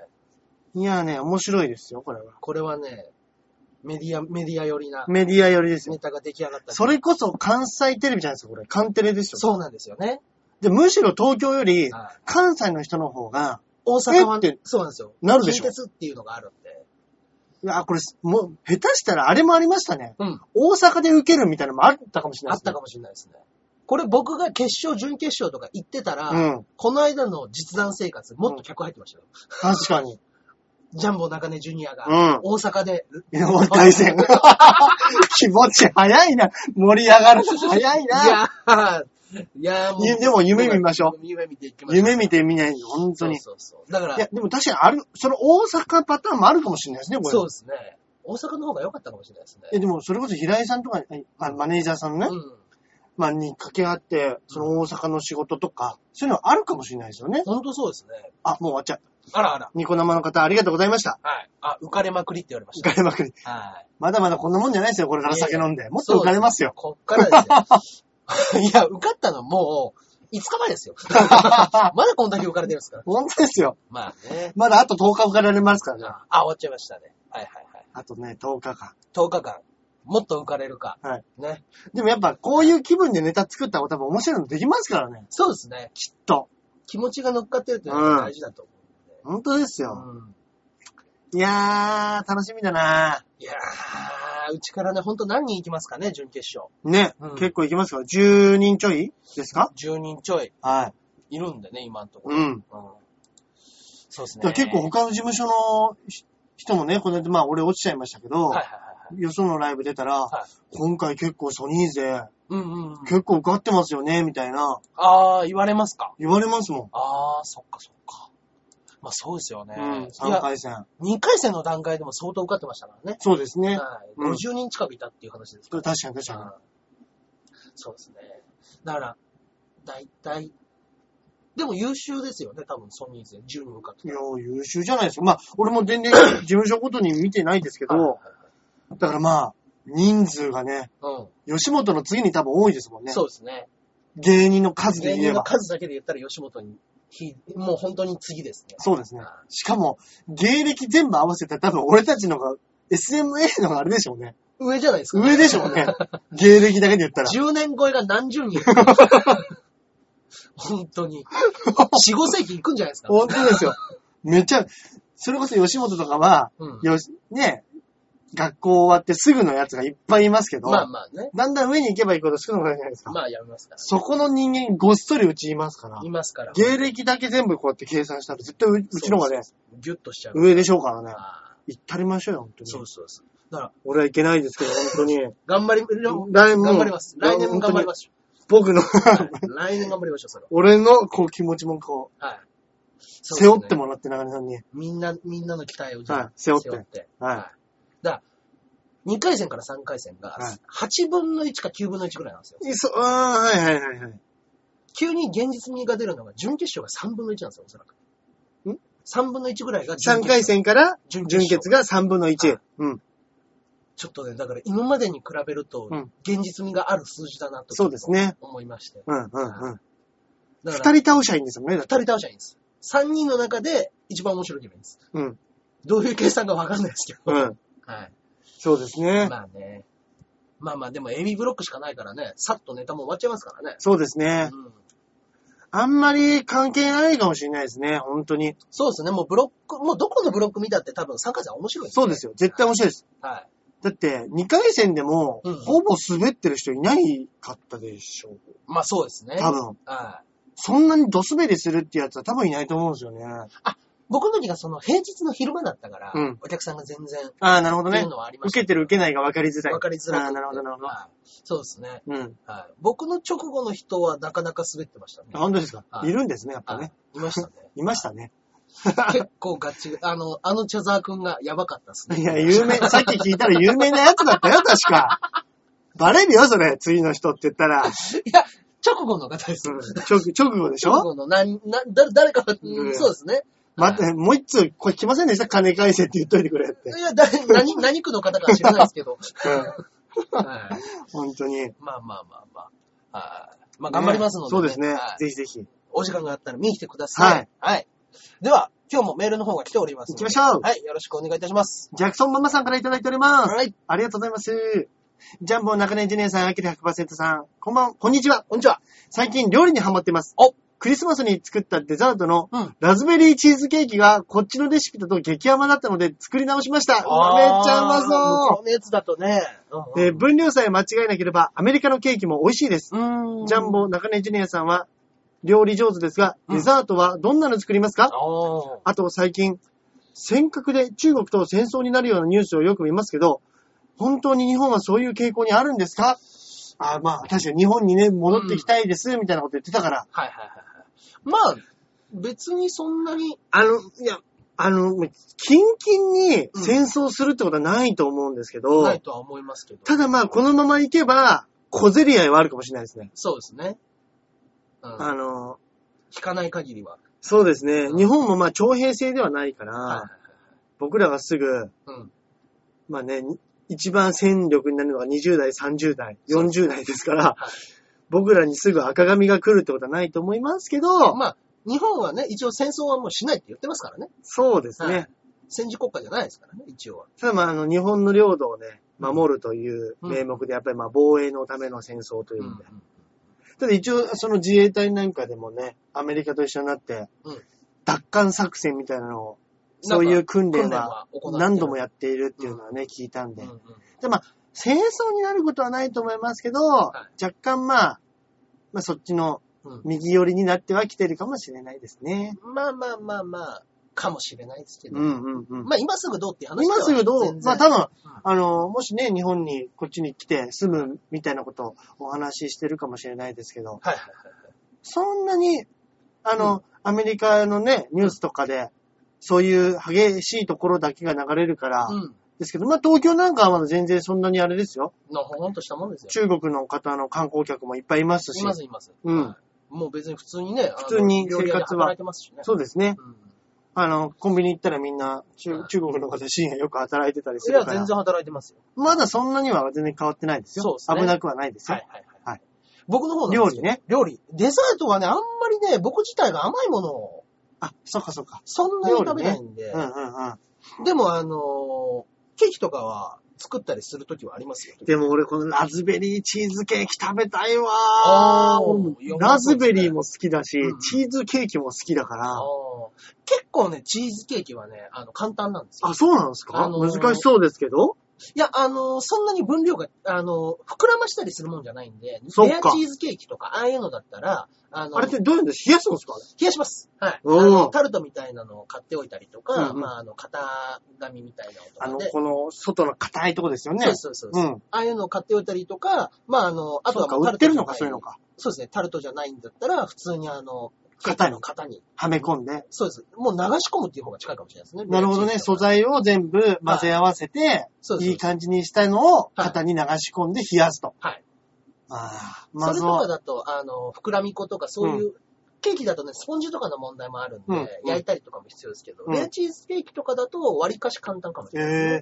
S1: いやね、面白いですよ、これは。
S2: これはね、メディア、メディア寄りな
S1: メディア寄りですよ。
S2: ネタが出来上がった。
S1: それこそ関西テレビじゃないですか、これ。関テレですよ。
S2: そうなんですよね。
S1: で、むしろ東京より、
S2: はい
S1: 関西の人の方が、
S2: 大阪は
S1: えって、
S2: そうなんですよ。
S1: なるでしょ
S2: 近鉄っていうのがあるんで。
S1: いや、これ、もう、下手したらあれもありましたね。
S2: うん。
S1: 大阪で受けるみたいなのもあったかもしれ
S2: あ
S1: ない
S2: っ
S1: ですね、
S2: たかもしれないですね。これ僕が決勝、準決勝とか行ってたら、
S1: うん。
S2: この間の実弾生活、もっと客入ってましたよ。
S1: 確かに。
S2: ジャンボ中根ジュニアが、
S1: うん
S2: 大阪で、
S1: いやもう大 戦。気持ち早いな。盛り上がるの早い
S2: い
S1: な。
S2: やー、いやーも
S1: ゆでも夢見ましょ
S2: う。夢見ていきましょう。
S1: 夢見てみないの、本当に。
S2: そうそうそう。だから
S1: いや、、でも確かにある、その大阪パターンもあるかもしれないですね、これ。
S2: そうですね。大阪の方が良かったかもしれないです
S1: いや
S2: ね。
S1: でも、それこそ平井さんとか、あマネージャーさんね、
S2: うん。
S1: まあ、に掛け合って、その大阪の仕事とか、そういうのあるかもしれないですよね。
S2: 本当そうですね。
S1: あ、もう終わっちゃう。
S2: あらあら。
S1: ニコ生の方、ありがとうございました。
S2: はい。あ、浮かれまくりって言われまし
S1: 浮
S2: た
S1: か。れまくり。
S2: はい。
S1: まだまだこんなもんじゃないですよ、これから酒飲んで。もっと
S2: そう
S1: 浮かれますよ。
S2: こっからです よ。いや、受かったのはもう、5日前 ですよ。まだこんだけ浮かれてるんですから。
S1: 本当ですよ。
S2: まあね。
S1: まだあと10日浮かられますからね。
S2: あ、終わっちゃいましたね。はいはいはい。
S1: あとね、10日間。
S2: 10日間、もっと浮かれるか。
S1: はい。
S2: ね。
S1: でもやっぱこういう気分でネタ作った方が多分面白いのできますからね。
S2: そうですね。
S1: きっと。
S2: 気持ちが乗っかってるっていうのが大事だと思うんで。
S1: 本当ですよ。
S2: うん
S1: いやー、楽しみだない
S2: やー、うちからね、ほんと何人行きますかね、準決勝。
S1: ね、
S2: うん
S1: 結構いきますから。10人ちょいですか
S2: 10人ちょい
S1: はい。
S2: いるんでね、今のところ。
S1: うん。
S2: うんそうです
S1: だから
S2: ね。
S1: 結構他の事務所のひ人もね、この間、まあ俺落ちちゃいましたけど、
S2: はいはいはいはい。
S1: よそのライブ出たら、
S2: はい
S1: 今回結構ソニー勢、
S2: うんうんうん。
S1: 結構受かってますよね、みたいな、
S2: あー、言われますか
S1: 言われますも
S2: あー、そっかそっか。まあそうですよね。
S1: ん。うん、
S2: い
S1: 3
S2: や、
S1: 回戦。
S2: 2回戦の段階でも相当受かってましたからね。
S1: そうですね。
S2: はい。
S1: うん
S2: 50人近くいたっていう話ですから
S1: 確かに確か
S2: うんそうですね。だから、大体、でも優秀ですよね、多分ソニーズで10人受かって
S1: に。い
S2: た
S1: や
S2: ら。
S1: ー、優秀じゃないですか。まあ、俺も 全然事務所ごとに見てないですけ
S2: はいはい
S1: ど、だからまあ、人数がね、
S2: はい
S1: 吉本の次に多分多いですもん
S2: うん、
S1: ね。
S2: そうですね。
S1: 芸人の数で
S2: 芸
S1: 言
S2: 人
S1: え
S2: の
S1: ば。
S2: 数だけで言ったら吉本に、ひもう本当に次ですね。
S1: そうですね
S2: は。
S1: しかも、芸歴全部合わせたら多分俺たちのが、SMA のがあれでしょうね。
S2: 上じゃないですか、
S1: 上でしょう ね。芸歴だけで言ったら。
S2: 10年超えが何十人。 本当に。4、5世紀行くんじゃないですか。
S1: 本当ですよ。めっちゃ、それこそ吉本とかは、
S2: うん、
S1: よし、ね、学校終わってすぐのやつがいっぱいいますけど、
S2: まあまあね。
S1: だんだん上に行けば行くほど少なくなるじゃないですか。
S2: まあやめますから。
S1: そこの人間ごっそりうちいますから
S2: い、ますから。
S1: 芸歴だけ全部こうやって計算したら絶対ううちの方がね、
S2: ギュッとしちゃう。
S1: 上でしょうからね。
S2: あー
S1: 行ったりましょうよ、本当
S2: そ
S1: に
S2: う。そうそう。だから、
S1: 俺はいけないですけど、本当に。
S2: 頑張
S1: 来
S2: り、
S1: もう
S2: 頑張ります。来年も頑張りましょ
S1: 僕の、
S2: う。はい来年頑張りましょう、それは。
S1: 俺のこう気持ちもこう、
S2: はい。
S1: 背負って
S2: も。
S1: もらって、中根さんに。
S2: みんな、みんなの期待を
S1: はい背負って
S2: はい。
S1: は
S2: だから、2回戦から3回戦が
S1: はい、
S2: 8分の1か9分の1ぐらいなんですよ。
S1: い。そう、あーはいはいはいはい。
S2: 急に現実味が出るのが、準決勝が3分の1なんですよ、おそらく。
S1: ん
S2: ?3 分の1ぐらいが準
S1: 3
S2: 決勝
S1: 回。戦から
S2: 準
S1: 準
S2: 決勝
S1: 決が3分の
S2: は
S1: 1
S2: い。
S1: うん。
S2: ちょっとね、だから今までに比べると
S1: うん、
S2: 現実味がある数字だなと。
S1: そうですね。
S2: 思いまして。
S1: うんうんうん。
S2: だから
S1: 二人倒しゃいいんですもんね、だって。
S2: 二人倒しゃいいんです。三人の中で一番面白いけばいいんです。
S1: うん。
S2: どういう計算かわかんないですけど。
S1: うん。
S2: はい。
S1: そうですね。
S2: まあね。まあまあ、でもエビブロックしかないからね、さっとネタも終わっちゃいますからね。
S1: そうです
S2: う
S1: ね。
S2: ん。
S1: あんまり関係ないかもしれないですね、本当に。
S2: そうですね、もうブロック、もうどこのブロック見たって多分参加者は面白い
S1: そうですよ。絶対面白いです。
S2: 対。はい。
S1: だって、2回戦でも
S2: うん、
S1: ほぼ滑ってる人いないかったでしょう。
S2: まあそうですね。
S1: 多分。
S2: はい。
S1: そんなにド滑りするってやつは多分いないと思うんですよね。
S2: 僕の時がその平日の昼間だったから、
S1: うん
S2: お客さんが全然、
S1: ああ、なるほど
S2: ってい
S1: ね
S2: う。のはありました。
S1: 受けてる受けないが分かりづらい。
S2: わかりづらくて
S1: ああ、なるほど、なるほど。
S2: はいそうですね。
S1: うん。
S2: はい。僕の直後の人はなかなか滑ってましたね。
S1: あ本当ですか
S2: はい
S1: いるんですね、やっぱね。
S2: いまし たね。
S1: いましたね。
S2: 結構ガチ、あの、あのチャザーくんがやばかったですね。
S1: いや、有名、さっき聞いたら有名なやつだったよ、確か。バレるよ、それ。次の人って言ったら。
S2: いや、直後の方です。
S1: うん直直後でし
S2: 直
S1: ょ
S2: 後の何、な、誰、誰か、
S1: うん
S2: そうですね。
S1: 待って、もう一通、これ来ませんでした金返せって言っといてくれって。
S2: いや、誰、何、何区の方か知らないです けど。はい
S1: うん。本当に。
S2: まあまあまあまあ。はいまあ頑張りますので、
S1: そうですね
S2: は。い
S1: ぜひぜひ。
S2: お時間があったら見に来てください。はい。では、今日もメールの方が来ておりますので。
S1: 行きましょう
S2: はい。よろしくお願いいたします。
S1: ジャクソンママさんからいただいております。
S2: はい。
S1: ありがとうございます。ジャンボ中根ジュニアさん、アキラ100%さん、こんばん、こんにちは。
S2: こんにちは。
S1: 最近料理にハマってます。
S2: お
S1: クリスマスに作ったデザートの
S2: うん
S1: ラズベリーチーズケーキがこっちのレシピだと激甘だったので作り直しました。めっちゃうま
S2: 向こ
S1: そう
S2: のやつだとね。
S1: う、えー分量さえ間違えなければアメリカのケーキも美味しいです。
S2: うん
S1: ジャン。ボ中根ジュニアさんは料理上手ですが、
S2: うん
S1: デザートはどんなの作りますか、
S2: おー
S1: あと最近、尖閣で中国と戦争になるようなニュースをよく見ますけど、本当に日本はそういう傾向にあるんですかあまあ、確かに日本にね、戻ってきたいです、みたいなこと言ってたから。
S2: はいはいはいはい。まあ、別にそんなに、
S1: あの、いや、あの、キンキンに戦争するってことはないと思うんですけど、
S2: ないとは思いますけど。
S1: ただまあ、このまま行けば、小競り合いはあるかもしれないですね。
S2: そうですね。うん。
S1: あの、
S2: 聞かない限りは。
S1: そうですね。
S2: うん
S1: 日本もまあ、徴兵制ではないから、
S2: はいはい
S1: 僕らがすぐ、
S2: はい。うん。
S1: まあね、一番戦力になるのが20代、30代、40代ですから、
S2: はい
S1: 僕らにすぐ赤髪が来るってことはないと思いますけど、
S2: まあ、日本はね、一応戦争はもうしないって言ってますからね。
S1: そうですね。
S2: はい戦時国家じゃないですからね、一応は。
S1: ただまあ、あの、日本の領土をね、守るという名目で、やっぱりまあ、防衛のための戦争といううんので。ただ一応、その自衛隊なんかでもね、アメリカと一緒になって
S2: うん、
S1: 奪還作戦みたいなのを、そういう訓練は
S2: 訓練は行ってる
S1: 何度もやっているっていうのはね、聞いたんで
S2: うん。うん
S1: で、まあ、戦争になることはないと思いますけど、
S2: い
S1: 若干まあ、まあそっちの
S2: うん
S1: 右寄りになっては来てるかもしれないですね。
S2: まあまあまあまあ、かもしれないですけど。
S1: うんうんうん。
S2: まあ今すぐどうって話では
S1: 今すぐどう
S2: 全、然
S1: まあ多分、あの、もしね、日本にこっちに来て住むみたいなことをお話ししてるかもしれないですけど、
S2: はいはいはい。
S1: そんなに、あの、アメリカのね、ニュースとかで、そういう激しいところだけが流れるから、
S2: うん。
S1: ですけど、まあ東京なんかはまだ全然そんなにあれですよ。
S2: のほほんとしたもんですよ。
S1: 中国の方の観光客もいっぱいいますし
S2: い、ますいます。
S1: うん
S2: はい。もう別に普通にね、あの
S1: 普通に生活は
S2: 料理屋で働いてますしね。
S1: そうですね。
S2: うん。
S1: あの、コンビニ行ったらみんな
S2: う
S1: 中
S2: ん
S1: 中国の方深夜よく働いてたりす
S2: いや、
S1: るから
S2: 全、然働いてますよ。
S1: まだそんなには全然変わってないですよ。
S2: そうですね
S1: 危なくはないですよ。
S2: はいはいはい。
S1: はい
S2: 僕の方なん
S1: 料
S2: です
S1: 理
S2: けど
S1: ね。
S2: 料理。デザートはね、あんまりね、僕自体が甘いものを
S1: あ、そっかそっか。
S2: そんなに食べないんで、
S1: うんうんうん。
S2: でもあのーケーキとかは作ったりするときはありますよ。
S1: でも俺このラズベリーチーズケーキ食べたいわ
S2: あー
S1: 俺も
S2: いや
S1: ラズベリーも好きだし、
S2: うん
S1: チーズケーキも好きだから。
S2: あー結構ね、チーズケーキはね、あの、簡単なんですよ
S1: あ、。そうなんですか、
S2: あのー
S1: 難しそうですけど。
S2: いや、あのーそんなに分量が、あのー膨らましたりするもんじゃないんで、
S1: そっ
S2: レ
S1: か
S2: アチーズケーキとか、ああいうのだったら、あのー
S1: あれってどういうんです冷やすんですかあれ
S2: 冷やします。はい。あ
S1: おー
S2: の、タルトみたいなのを買っておいたりとか、
S1: うんうん
S2: まあ、あの、型紙みたいなのと
S1: あ
S2: か
S1: の、
S2: で。
S1: この外の硬いとこですよね。
S2: そうですそうですそうです。
S1: うん。
S2: ああいうのを買っておいたりとか、まあ、あの、あ
S1: そ
S2: と
S1: う
S2: は
S1: か、
S2: まあ
S1: 売ってるのか、
S2: タ
S1: そういう
S2: ルト
S1: の
S2: じゃない
S1: か。
S2: そうですね、タルトじゃないんだったら、普通にあの、
S1: 型に
S2: の型に。
S1: はめ込んで。
S2: そうです。もう流し込むっていう方が近いかもしれないですね。
S1: なるほどね。素
S2: そう
S1: 材を全部混ぜ合わせて、
S2: そう
S1: い
S2: で
S1: い
S2: す。
S1: 感じにしたのを型に流し込んで冷やすと。
S2: はい。
S1: ああ、
S2: そ
S1: ま
S2: れ
S1: ず
S2: とか
S1: は、
S2: だと、あの、膨らみ粉とかそういう、ケーキだとね、スポンジとかの問題もあるんで、
S1: うん
S2: 焼いたりとかも必要ですけど、
S1: うん
S2: レアチーズケーキとかだと、割かし簡単かもしれないですね。はい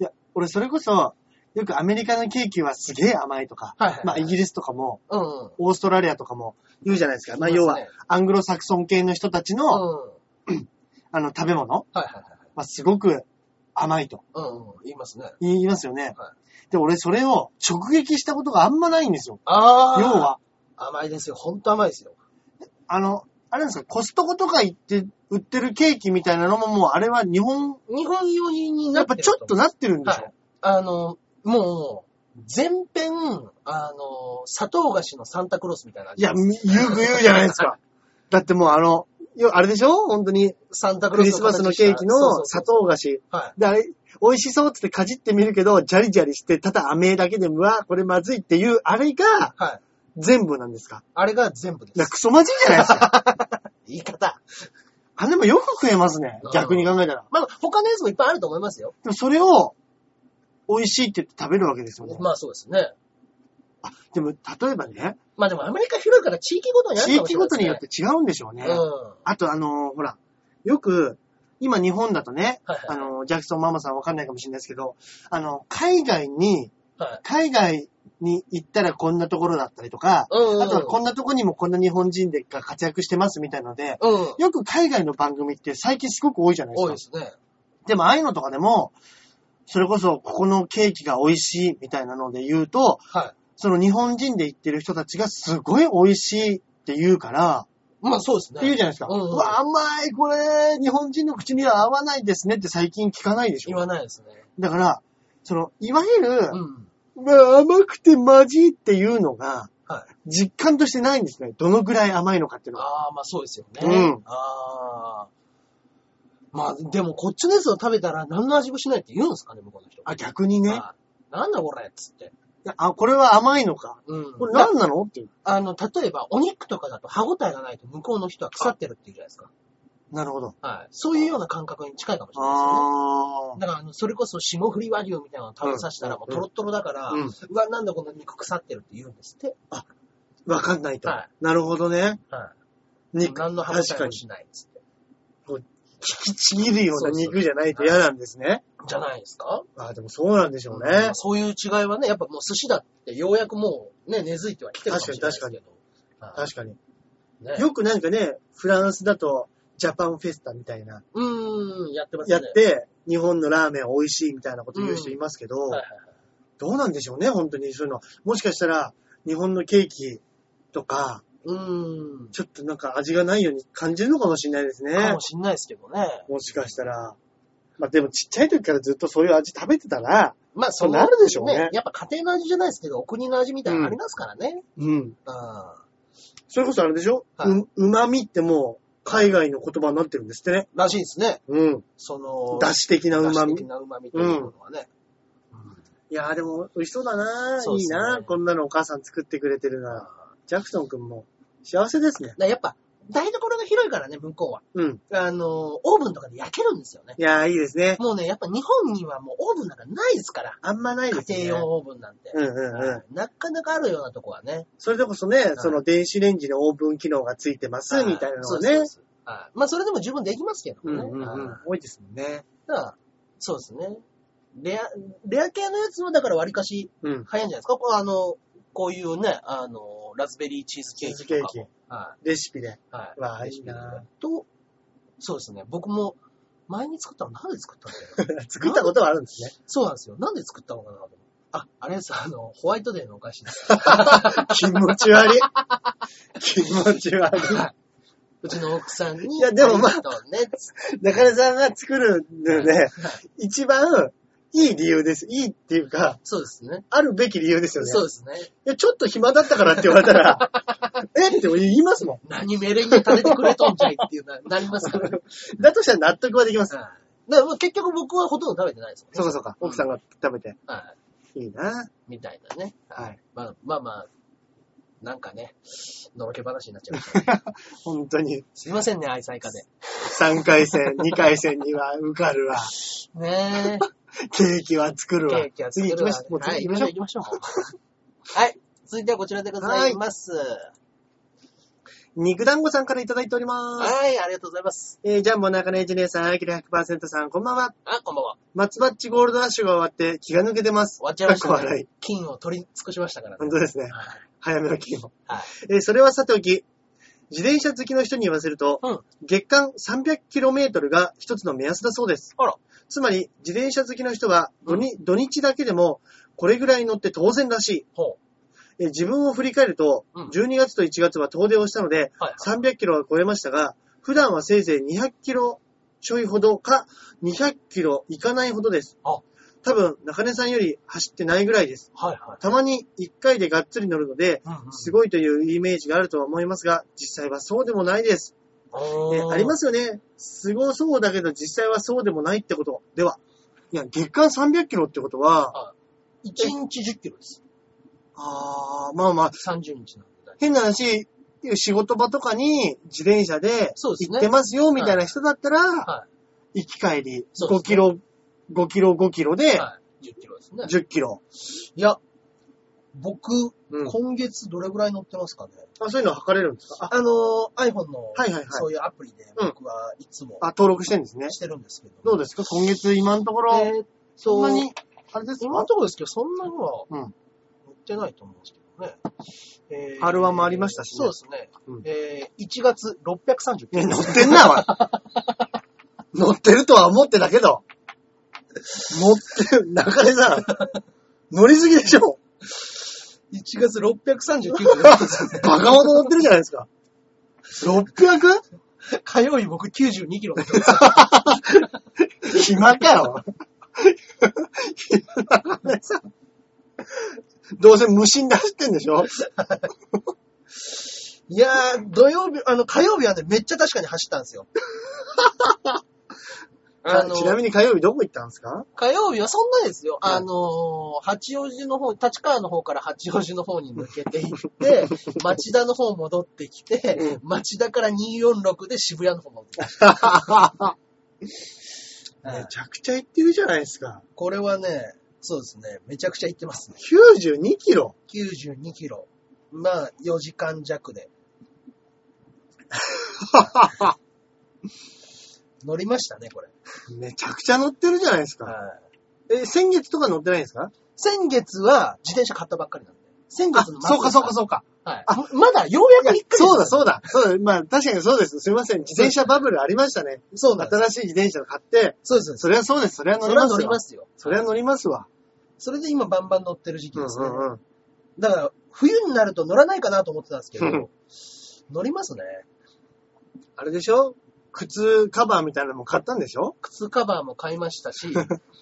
S1: いや、俺それこそ、よくアメリカのケーキはすげえ甘いとか、
S2: はいはい
S1: まあイギリスとかも、
S2: うんうん。
S1: オーストラリアとかも言うじゃないですか。まあ要は
S2: そうですね、
S1: アングロサクソン系の人たち
S2: うん。
S1: の、
S2: はい
S1: あの、食べ物、
S2: はいはい。
S1: まあすごく甘いと
S2: うんうん。言いますね。
S1: 言いますよね。
S2: は
S1: で、俺それを直撃したことがあんまないんですよ。
S2: ああ。
S1: 要は、
S2: 甘いですよ。ほんと甘いですよ。
S1: あの、あれなんですか、コストコとか行って売ってるケーキみたいなのももうあれは日本、
S2: 日本用に
S1: や
S2: な
S1: っ
S2: って
S1: ぱ
S2: る
S1: ちょっとなってるんでしょ、
S2: はい。あの、もう、全編、あの、砂糖菓子のサンタクロースみたいな味
S1: いや、言う言うじゃないですか。だってもうあの、よあれでしょ本当に、
S2: サンタ
S1: ク
S2: クロー
S1: リ
S2: ス
S1: スマスのケーキの砂
S2: 砂
S1: 糖菓子。
S2: はい。
S1: で、あれ、美味しそうってってかじってみるけど、ジャリジャリして、ただ飴だけで、うわ、これまずいっていう、あれが
S2: はい。
S1: 全部なんですか
S2: あれが全部で
S1: いや、
S2: す。
S1: クソまずいじゃないです か。
S2: 言い方。
S1: あ、でもよく食えますね
S2: うん。
S1: 逆に考えたら。
S2: まあ、他のやつもいっぱいあると思いますよ。
S1: でもそれを、美味しいって言って食べるわけですよね。
S2: まあ、そうですね。
S1: あ、でも、例えばね、
S2: まあでもアメリカ広いから地域ごとにあ
S1: 地
S2: るかもし
S1: 域
S2: れな
S1: ごと
S2: いです
S1: に
S2: ね。
S1: よって違うんでしょうね。
S2: うん。
S1: あと、あのーほら、よく、今日本だとね、
S2: はいは
S1: あ
S2: い
S1: のージャクソンママさんわかんないかもしれないですけど、あの、海外に、
S2: はい。
S1: 海外に行ったらこんなところだったりとか、
S2: うんうんうん
S1: あとはこんなとこにもこんな日本人でが活躍してますみたいので、
S2: うん。
S1: よく海外の番組って最近すごく多いじゃないです
S2: 多い
S1: か
S2: で。すね。
S1: でも、ああいうのとかでも、それこそ、ここのケーキが美味しいみたいなので言うと、
S2: は
S1: その日本人で行ってる人たちがすごい美味しいって言うから、
S2: い。まあ、そうです
S1: っ
S2: ね。
S1: て言うじゃないですか。
S2: うんうん
S1: うわ、甘い、これ、日本人の口には合わないですねって最近聞かないでし
S2: 言
S1: ょ。
S2: わないですね。
S1: だから、その、いわゆる、
S2: うん。
S1: まあ甘くてマジっていうのが、
S2: はい。
S1: 実感としてないんですね。どのぐらい甘いのかっていうのは。
S2: ああ、まあそうですよね。
S1: うん
S2: ああ。まあでもこっちのやつを食べたら何の味もしないって言うんですかね、向こうの人。
S1: あ、逆にね。
S2: あーなんだこれっつって。
S1: あ、これは甘いのか。
S2: うん
S1: これ何なのっていう。
S2: あの、例えば、お肉とかだと歯応えがないと向こうの人は腐ってるっていうじゃないですか。
S1: なるほど。
S2: はい。そういうような感覚に近いかもしれないですよね。
S1: あ
S2: だからあの、それこそ霜降り和牛みたいなのを食べさせたら
S1: うん
S2: もうトロットロだから、
S1: う
S2: うんわ、なんだこの肉腐ってるって言うんですって。
S1: あ。わかんないと。
S2: は
S1: なるほどね。
S2: は
S1: 肉、
S2: 何の歯応
S1: 確
S2: え
S1: か
S2: も
S1: に。
S2: しないっつって。
S1: 引きちぎるような肉じゃないと嫌なんですね。
S2: じゃないですか
S1: あでもそうなんでしょうね。
S2: まあそういう違いはね、やっぱもう寿司だってようやくもうね、根付いてはきてるかもしれないですけど。はい
S1: 確かに。
S2: ね、
S1: よくなんかね、フランスだとジャパンフェスタみたいな、
S2: うーん、やってますね。
S1: やって、日本のラーメン美味しいみたいなこと言う人いますけど、
S2: はいはい
S1: どうなんでしょうね、本当にそういうの。もしかしたら、日本のケーキとか、
S2: うーん。
S1: ちょっとなんか味がないように感じるのかもしれないです
S2: か
S1: ね
S2: も。しんないですけどね。
S1: もしかしたら。まあでもちっちゃい時からずっとそういう味食べてたら、
S2: まあ、
S1: そう
S2: の
S1: なるでしょうね
S2: やっぱ家庭の味じゃないですけど、お国の味みたいなのありますからね。
S1: うん。
S2: うん。
S1: それこそあれでしょ、、
S2: はいう
S1: うまみってもう海外の言葉になってるんですってね。
S2: らしいですね。
S1: うん。
S2: その、
S1: だし的なうま
S2: 出汁
S1: み
S2: 的。な旨味というものはね。
S1: いやーでも、美味しそうだな
S2: そう
S1: ーい
S2: で
S1: い
S2: すね
S1: なーこんなのお母さん作ってくれてるなら。
S2: あ
S1: ジャクソンくんも幸せですね。
S2: ーだからやっぱ、台所が広いからね、向こ
S1: うん。
S2: うは。あの、オーブンとかで焼けるんですよね。
S1: いやーいいですね。
S2: もうね、やっぱ日本にはもうオーブンなんかないですから。
S1: あんまないですね。
S2: 家庭用オーブンなんて。
S1: うんうんうん。
S2: なかなかあるようなとこはね。
S1: それでこそね、その電子レンジのオーブン機能がついてます、みたいなの
S2: そう
S1: は
S2: ですそう
S1: ね
S2: で。すはいまあ、それでも十分できますけど
S1: うん
S2: ね。
S1: うんうん
S2: はい。
S1: 多いですもんね。
S2: だからそうですね。レア、レア系のやつはだから割かし
S1: うん。
S2: 早いんじゃないですかこうあの、こういうね、あの、ラズベリーチーズ
S1: チ
S2: ケー
S1: ーズ
S2: キ
S1: ケ
S2: と
S1: ー
S2: か
S1: キ
S2: も。。は
S1: レシピで。
S2: い。はい。
S1: わあ、
S2: レ
S1: い
S2: シ
S1: い
S2: ピとか
S1: な
S2: と、そうですね。僕も、前に作ったのなんで作ったんだよ。
S1: ー作ったことはあるんですね。
S2: そうなんですよ。なんで作ったのかなと思って。あ、あれです。あの、ホワイトデーのお菓子 です。
S1: 気持ち 悪い。気持ち悪
S2: うちの奥さんに。
S1: いやでもまあ
S2: ありがとうねっつって。
S1: い。中根さんが作るので、一番いい理由です。いいっていうか、
S2: そうですね。
S1: あるべき理由ですよね。
S2: そうですね。
S1: いや、ちょっと暇だったからって言われたら、えって言いますも
S2: 何メレンゲ食べてくれとんじゃいって いうな、なりますからね。
S1: ん。だとしたら納得はできます。
S2: はいだからもう結局僕はほとんど食べてないですよね。
S1: そうかそうか。奥さんが食べて。
S2: はい
S1: いな。
S2: みたいなね。
S1: はい。
S2: まあまあまあ、なんかね、のろけ話になっちゃいました。
S1: 本当に。
S2: すいませんね、愛妻家で。
S1: 3回戦、2回戦には受かるわ。
S2: ねえ。
S1: ケーキは作るわ。
S2: ケーキは作
S1: 次行
S2: る
S1: き
S2: わ
S1: ましょう。もう
S2: はい、
S1: 次
S2: 行
S1: 行
S2: き
S1: き
S2: ま
S1: ま
S2: しょう、
S1: し
S2: 行きましょう。はい。続いてはこちらでございます。
S1: ょう。肉団子さんからいただいております。
S2: はい、ありがとうございます。
S1: えー、ジャンボ中根一姉さん、アキラ100%さん、こんばんは。
S2: あ、こんばんは。
S1: 松バッチゴールドラッシュが終わって気が抜けてます。
S2: 終わっちゃいました、
S1: かっこ笑
S2: ね
S1: い。。
S2: 金を取り尽くしましたからね。
S1: 本当ですね。
S2: はい
S1: 早めの気も。
S2: はい
S1: えーそれはさておき、自転車好きの人に言わせると、
S2: うん
S1: 月間 300km が一つの目安だそうです。
S2: あら
S1: つまり、自転車好きの人は土に、土日だけでもこれぐらい乗って当然らし
S2: ほ
S1: い。えー自分を振り返ると、
S2: うん
S1: 12月と1月は遠出をしたので、
S2: う。はい。
S1: 300km は超えましたが、普段はせいぜい 200km ちょいほどか 200km いかないほどです。
S2: あ
S1: 多分、中根さんより走ってないぐらいです。
S2: はい、は
S1: たまに1回でがっつり乗るので、
S2: い。うんうん
S1: すごいというイメージがあるとは思いますが、実際はそうでもないです。ねありますすよね。すごそうだけど実際はそうでもないってこと。では、いや、月間300キロってことは、
S2: 1日10キロです。
S1: あー、まあまあ、
S2: 30日なんで。
S1: 変な話、仕事場とかに自転車で
S2: そうです
S1: 行
S2: ね
S1: ってますよみたいな人だったら、
S2: は
S1: 行き帰り
S2: そうですね
S1: 5キロ、5キロ、5キロで
S2: はい。10キロですね。
S1: 10キロ。
S2: いや、僕、
S1: うん
S2: 今月どれぐらい乗ってますかね。
S1: あそういうの測れるんですかあ
S2: あのー、iPhone の、
S1: はいはいはい
S2: そういうアプリで
S1: うん
S2: 僕はいつも
S1: あ、登録してるんですね。
S2: してるんですけど。
S1: どうですか今月今のところ、
S2: えーっ
S1: そん
S2: と
S1: な、に、あれですか
S2: 今のところですけど、そんなには
S1: うん
S2: 乗ってないと思うんですけどね。え
S1: R1 もありましたしね
S2: そうですね。
S1: うん
S2: えー、1月630キ
S1: ね、
S2: ロ。
S1: 乗ってんな、 おい。乗ってるとは思ってたけど。乗ってる、中根さん。乗りすぎでしょ。
S2: 1月639 キロ。
S1: バカほど乗ってるじゃないですか。600?
S2: 火曜日僕92キロ乗ってます
S1: 暇かよ。中根さん どうせ無心出してんでしょ
S2: いや ー、土曜日、あの、火曜日はね、めっちゃ確かに走ったんですよ。あ
S1: あ
S2: の
S1: ちなみに火曜日どこ行ったんですか
S2: 火曜日はそんなですよ。
S1: はい
S2: あのー八王子の方、立川の方から八王子の方に抜けてい って、町田の方戻ってきて、町田から246で渋谷の方戻ってき た。
S1: め
S2: ね
S1: ちゃくちゃ行ってるじゃないですか。
S2: これはね、そうですね、めちゃくちゃ行ってますね。
S1: 92キ ロ。
S2: 92キロ。まあ、4時間弱で。乗りましたね、これ。
S1: めちゃくちゃ乗ってるじゃないですか。
S2: はい
S1: え、先月とか乗ってないんですか
S2: 先月は自転車買ったばっかりなんで。先
S1: あ、
S2: 月の末
S1: そうかそうかそうか。
S2: はい。
S1: あ
S2: まだようやく1回
S1: そうだそうだ。そうだ。まあ確かにそうです。すいません。自転車バブルありましたね。
S2: そうなんです。
S1: 新しい自転車を買って、
S2: そうです。
S1: それはそうです。それは乗
S2: そ
S1: り
S2: れは
S1: ます
S2: 乗り
S1: わ
S2: ま。すよ。
S1: それは乗りますわ。
S2: それで今バンバン乗ってる時期
S1: うん
S2: ですね。
S1: うんうん。
S2: だから、冬になると乗らないかなと思ってたんですけ
S1: う
S2: ど
S1: ん、
S2: 乗りますね。
S1: あれでしょ靴カバーみたいなのも買ったんでしょ
S2: 靴カバーも買いまし たし、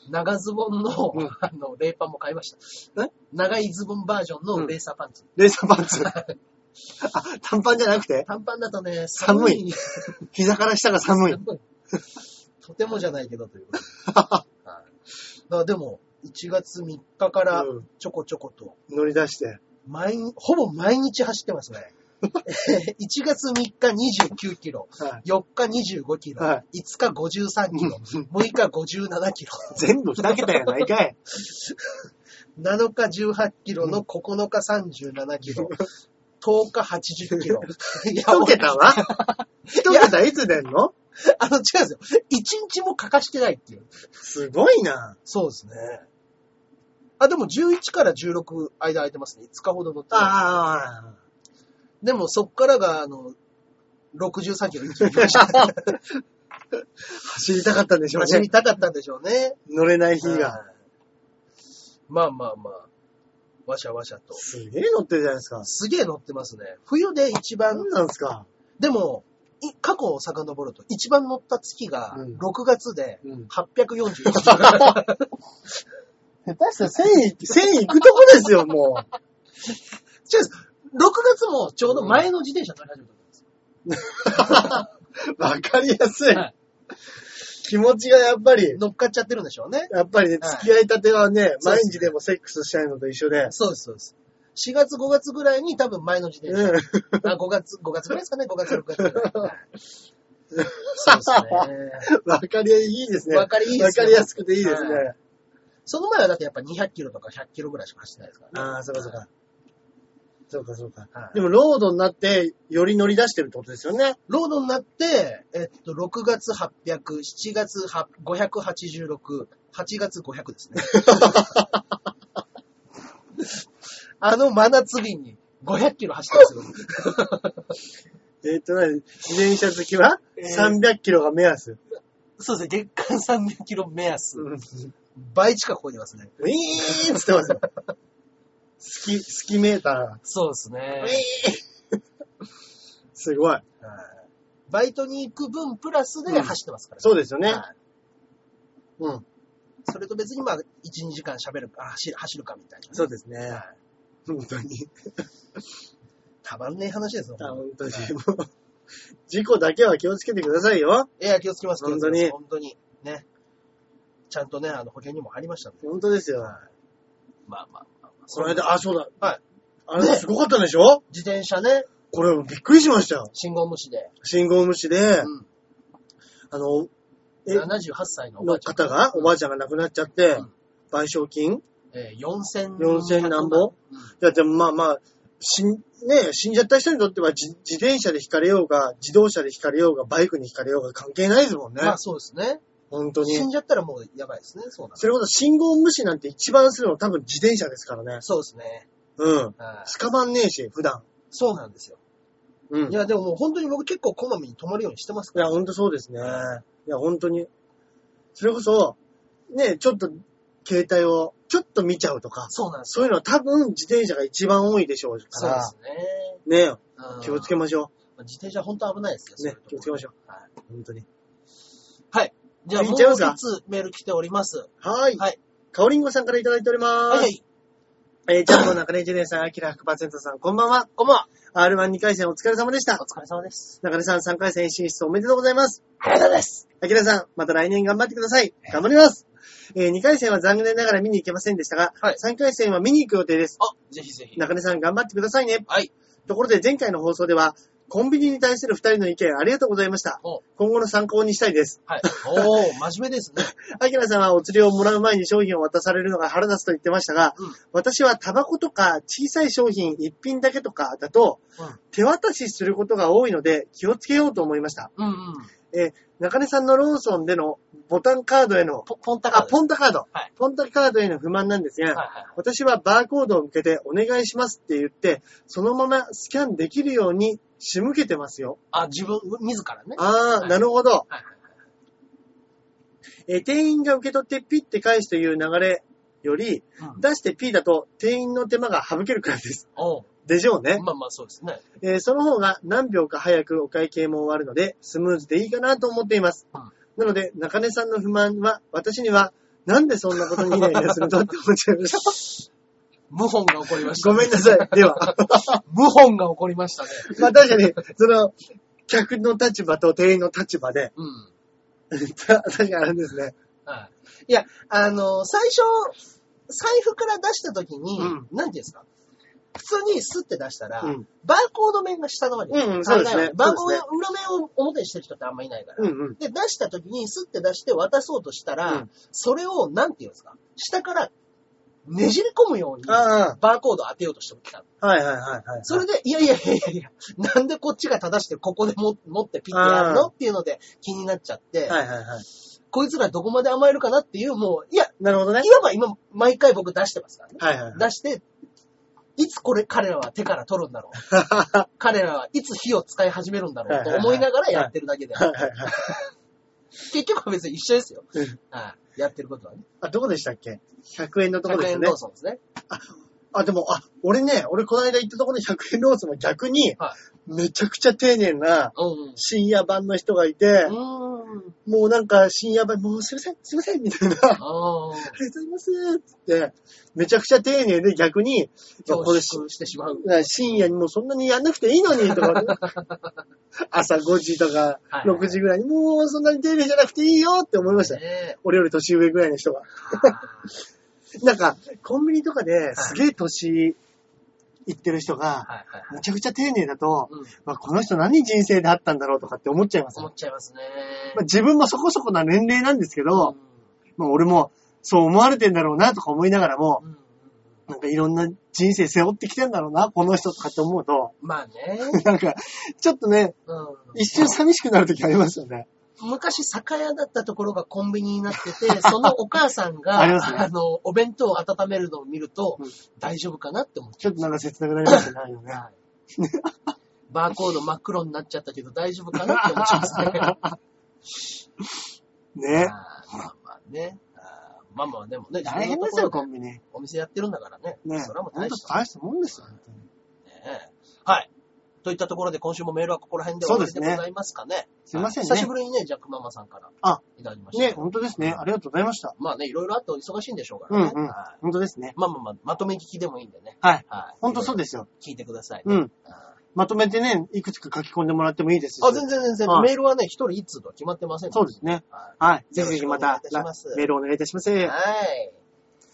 S2: 長ズボンの、
S1: うん
S2: あの、レーパンも買いました。長いズボンバージョンのレーサーパンツ。
S1: レーサーパン ツ。あ、短パンじゃなくて
S2: 短パンだとね、
S1: 寒
S2: 寒
S1: い
S2: い。
S1: 膝から下が寒い。
S2: 寒いとてもじゃないけどということで。 はいだからでも、1月3日から
S1: うん
S2: ちょこちょこと、
S1: 乗り出して。
S2: 毎日、ほぼ毎日走っ てますね。1月3日29キロ、
S1: は
S2: 4日25キロ、
S1: は
S2: 5日53キロ、6日57キロ、
S1: 全部二桁やないかい。
S2: 7日18キロの9日37キロ、10日80キロ。いや、
S1: 一
S2: 俺
S1: 桁は一桁いつ出んの
S2: あの、違うんですよ。1日も欠かしてないっていう。
S1: すごいな。
S2: そうですね。あ、でも11から16間空いてますね。5日ほど乗ってない
S1: ああ。
S2: でもそっからが、あの、63キロ一気に行きました。
S1: 走りたかったんでしょう
S2: 走
S1: ね
S2: り。たかったんでしょうね。
S1: 乗れない日が。
S2: まあまあまあ、わしゃわしゃと。
S1: すげえ乗ってるじゃないですか。
S2: すげえ乗ってますね。冬で一番
S1: 何、なんですか
S2: でも、い過去を遡ると、一番乗った月が
S1: うん
S2: 6月で
S1: うん
S2: 841キロ。
S1: 下手したら千0 0 0行くとこですよ、もう。
S2: 違うんです6月もちょうど前の自転車乗り始めたんですよ。
S1: わかりやすい
S2: はい。
S1: 気持ちがやっぱり、
S2: 乗っかっちゃってるんでしょうね。
S1: やっぱりね、
S2: はい
S1: 付き合いたてはね、
S2: そう
S1: 毎
S2: ですね
S1: 日でもセックスしたいのと一緒で。
S2: そうです、そうです。4月、5月ぐらいに多分前の自転車。
S1: うん
S2: あ5月、5月ぐらいですかね、5月、6月ぐらい。はいそうですね。
S1: わかりいいです ね。
S2: わかりいいで
S1: わ
S2: す
S1: か
S2: ね
S1: りやすくていいですね。
S2: はその前はだってやっぱ200キロとか100キロぐらいしか走ってないですからね。
S1: ああ、そうかそうか。そうかそうか。
S2: はい
S1: でも、ロードになって、より乗り出してるってことですよね。
S2: ロードになって、えっと、6月800、7月586、8月500です ね。あの真夏日に500キロ走ってますよ。
S1: えーっとね、自転車好きは
S2: えー
S1: 300キロが目安。
S2: そうですね、月間300キロ目安
S1: うん
S2: 倍近く超えてますね。
S1: ウィーンっつってますよ。好き、好きメーターが。
S2: そうです
S1: ウ
S2: ね
S1: ィーンすごい。
S2: バイトに行く分プラスで走ってますから、
S1: そうですよね。
S2: はい
S1: うん。
S2: それと別にまあ、1、2時間喋るか、あ走る走るかみたいな。
S1: そうですね
S2: は。い
S1: 本当に。
S2: たまんねえ話ですよ。
S1: あ本当に。もう事故だけは気をつけてくださいよ。
S2: いや、気をつけます、気を
S1: 本
S2: つ
S1: 当
S2: けま
S1: に
S2: す。本当に。ね。ちゃんとね、あの、保険にも入りましたんで。
S1: 本当ですよ。
S2: まあまあまあまあ。
S1: この間、あ、そうだ。
S2: はい。
S1: あれ
S2: ね
S1: すごかったでしょ
S2: 自転車ね、
S1: これびっくりしましたよ。
S2: 信号無視で、
S1: 信号無視で
S2: う、ん、
S1: あの、え
S2: 78歳のおばあ
S1: の
S2: ちゃん
S1: 方が、おばあちゃんが亡くなっちゃって
S2: うん、
S1: 賠償金
S2: えー、4000
S1: 4000なんぼ
S2: うん
S1: いや、でもまあまあ、死ん、ね、死んじゃった人にとっては自、自転車で引かれようが、自動車で引かれようが、バイクに引かれようが関係ないですもんね。
S2: まあそうですね。
S1: 本当
S2: 死ん
S1: に。
S2: じゃったらもうやばいですね。そうなん
S1: それこそ信号無視なんて一番するのは多分自転車ですからね。
S2: そうですね。
S1: うん。
S2: はい
S1: 捕まんねえし、普段。
S2: そうなんですよ。
S1: うん。
S2: い
S1: いや、
S2: や、でももう本当に僕結構こまめに止まるようにしてますから。
S1: ほんとそうですね。いや、本当に。それこそ、ね、ちょっと、携帯を、ちょっと見ちゃうとか、
S2: そうなんです
S1: そ
S2: よ。
S1: ういうのは多分自転車が一番多いでしょうか
S2: そうで
S1: ら
S2: す、ね。
S1: ね、
S2: うん
S1: 気をつけましょ
S2: 自転車本当危ないですよ。
S1: う。ね、気
S2: そうい
S1: を
S2: う
S1: つけま
S2: ところ
S1: しょ。
S2: はいう
S1: 本当に。
S2: じゃあ
S1: い
S2: も
S1: っ
S2: う
S1: ちゃいますか
S2: 一つメール来ております。
S1: はーい。
S2: はい。
S1: かおりんごさんからいただいております。
S2: はいはい。
S1: えー、ジャンボ中根ジェネさん、アキラ100%さん、こんばんは。
S2: こんばんは。
S1: R12 回戦お疲れ様でした
S2: お。疲れ様です。
S1: 中根さん、3回戦進出おめでとうございます。
S2: ありがとうございます。
S1: アキラさん、また来年頑張ってください。頑張ります。えー、2回戦は残念ながら見に行けませんでしたが、
S2: はい
S1: 3回戦は見に行く予定です。
S2: あ、ぜひぜひ。
S1: 中根さん、頑張ってくださいね。
S2: はい。
S1: ところで前回の放送では、コンビニに対する2人の意見ありがとうございました。
S2: お
S1: 今後の参考にしたいです。
S2: はい。おー、真面目ですね。
S1: アキラさんはお釣りをもらう前に商品を渡されるのが腹立つと言ってましたが、
S2: うん
S1: 私はタバコとか小さい商品1品だけとかだと、
S2: うん
S1: 手渡しすることが多いので気をつけようと思いました。
S2: うんうん。
S1: 中根さんのローソンでのボタンカードへの、
S2: ポポンタカ
S1: あ、
S2: ーです。
S1: ポンタカード、
S2: はい
S1: ポンタカードへの不満なんですが、
S2: はいはい。
S1: 私はバーコードを向けてお願いしますって言って、そのままスキャンできるように仕向けてますよ。
S2: あ、自分、自らね。
S1: あ
S2: は
S1: あ、
S2: い
S1: なるほど。
S2: はいはい
S1: えー店員が受け取ってピッて返すという流れより、
S2: うん
S1: 出して P だと店員の手間が省けるからです。
S2: おう
S1: でしょうね、
S2: まあまあそうですね。
S1: えーその方が何秒か早くお会計も終わるので、スムーズでいいかなと思っています。
S2: うん
S1: なので、中根さんの不満は、私には、なんでそんなことにイライラするのって思っちゃいました。
S2: 謀反が起こりました、
S1: ごめん なさい。では。
S2: 謀反が起こりましたね。
S1: まあ確かに、その、客の立場と店員の立場で、
S2: うん。
S1: 確かにあるんですね。
S2: はい。いや、あの、最初、財布から出した時に、
S1: うん
S2: なんていうんですか普通にスッて出したら、
S1: うん
S2: バーコード面が下の方に。
S1: うんうんそうですね
S2: あのバー
S1: そう
S2: コー
S1: です
S2: ド裏面を表にしてる人ってあんまいないから。
S1: うんうん。
S2: で、出した時にスッて出して渡そうとしたら、
S1: うん
S2: それを、なんていうんですか下からねじり込むように、バ
S1: あ
S2: ーコード当てようとしてきたの。
S1: あ、はいはいはいはい。
S2: それで、いやいやいやいやいや、なんでこっちが正してここでも持ってピッてやる
S1: あ
S2: の
S1: ー
S2: っていうので気になっちゃって、
S1: はいはいはい。
S2: こいつらどこまで甘えるかなっていう、もう、いや、
S1: なるほどね
S2: い。わば今、毎回僕出してますからね。
S1: はいはいはい。
S2: 出して、いつこれ彼らは手から取るんだろう。 彼らはいつ火を使い始めるんだろうと思いながらやってるだけで。
S1: はいはいはい。
S2: 結局は別に一緒ですよ
S1: うん。
S2: はいやってることはね。
S1: あ、どこでしたっけ ?100 円のとこ
S2: 100
S1: ですよ
S2: 円
S1: ね
S2: ロー。ソンですね。
S1: あ、でも、あ、俺ね、俺この間行ったところの100円ローソンも逆に、
S2: は
S1: めちゃくちゃ丁寧な
S2: うん。
S1: 深夜版の人がいて、
S2: うん。
S1: もうなんか深夜版、もうすいません、すいません、みたいな、 ありがと
S2: あ
S1: う
S2: あ。
S1: ございます、つって、めちゃくちゃ丁寧で逆に、まあこ
S2: 恐
S1: れ
S2: 縮してしまう。
S1: 深夜にもうそんなにやんなくていいのに、とか ね、朝5時とか
S2: はい
S1: 6時ぐらいに、もうそんなに丁寧じゃなくていいよって思いましたよ。
S2: ね
S1: 俺より年上ぐらいの人が。なんか、コンビニとかですげえ年いってる人が、
S2: はいはい。
S1: むちゃくちゃ丁寧だと、
S2: うん。
S1: まあ、この人何人生であったんだろうとかって思っちゃいますよ。
S2: 思っちゃいますね。
S1: まあ、自分もそこそこな年齢なんですけど、
S2: う
S1: まあ、俺もそう思われてんだろうなとか思いながらも、
S2: んうんうん
S1: なんかいろんな人生背負ってきてんだろうな、この人とかって思うと、
S2: まあね。
S1: なんか、ちょっとね、
S2: うん
S1: 一瞬寂しくなるときありますよね。
S2: 昔、酒屋だったところがコンビニになってて、 そのお母さんが、
S1: ありますね
S2: あの、お弁当を温めるのを見ると、
S1: うん
S2: 大丈夫かなって思っ
S1: ちょっとなんか切なくなりますよねああいうの
S2: て、
S1: ね。
S2: はい、バーコード真っ黒になっちゃったけど大丈夫かなって思っちゃいますね。
S1: ね。
S2: あーまあまあね。あーまあまあでもね、
S1: 大変ですよ、コ
S2: 自分のところ
S1: ンビニ。ね。
S2: お店やってるんだからね。それはもう
S1: ほん
S2: 大
S1: と
S2: した
S1: 大したもんですよ、本当に。
S2: ね。はい。といったところで今週もメールはここら辺で終わりで
S1: そうですね
S2: ございますかね。
S1: すいませんね
S2: は久しぶりにね、ジャックママさんから
S1: あ
S2: いただきました。
S1: ね、本当ですね。ありがとうございました。
S2: まあね、いろいろあってお忙しいんでしょうからね。
S1: うんうん
S2: はい
S1: 本当ですね。
S2: まあまあまあ、まとめ聞きでもいいんでね。
S1: はい。
S2: はい。
S1: 本当そう
S2: で
S1: ですよ。
S2: す。聞いてくださいね。
S1: うん。
S2: あ
S1: まとめてね、いくつか書き込んでもらってもいいですし。
S2: ーあ、全然全然。
S1: はい
S2: メールはね、一人一通とは決まってませんの
S1: そうですね。
S2: は
S1: はい。
S2: よ
S1: ぜ
S2: ろ
S1: ひぜ
S2: し
S1: ひ
S2: くお
S1: ま
S2: 願いい
S1: た
S2: たします
S1: メールお願いいたします。
S2: い。はい。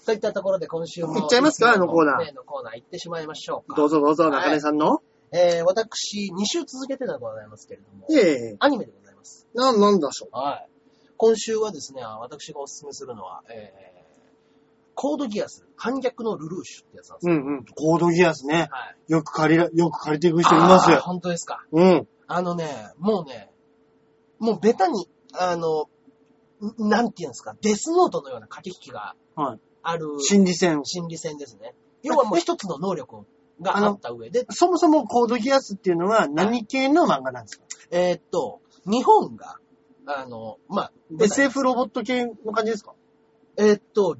S2: といったところで今週も。
S1: 行っちゃいますかあのコーナー
S2: ねのコーナー行ってしまいましょうか。
S1: どうぞどうぞ、
S2: はい
S1: 中根さんの。
S2: えー、私、2週続けてでございますけれども
S1: い。えいえ。
S2: アニメでございます。
S1: な、なんだしょう。
S2: はい。今週はですね、あ私がおすすめするのは、えー、コードギアス、反逆のルルーシュってやつなんです
S1: う
S2: よ。
S1: んうん。コードギアスね。
S2: はい。
S1: よく借りら、よく借りていく人います
S2: あー。本当ですか。
S1: うん。
S2: あのね、もうね、もうベタに、あの、んなんていうんですか、デスノートのような駆け引きが
S1: はい
S2: ある
S1: 心理戦。
S2: 心理戦ですね。要はもう一つの能力があった 上で、
S1: そもそもコードギアスっていうのは何系の漫画なんですか
S2: えーっと、日本が、あの、まあ、
S1: ?SF ロボット系の感じですか
S2: えーっと、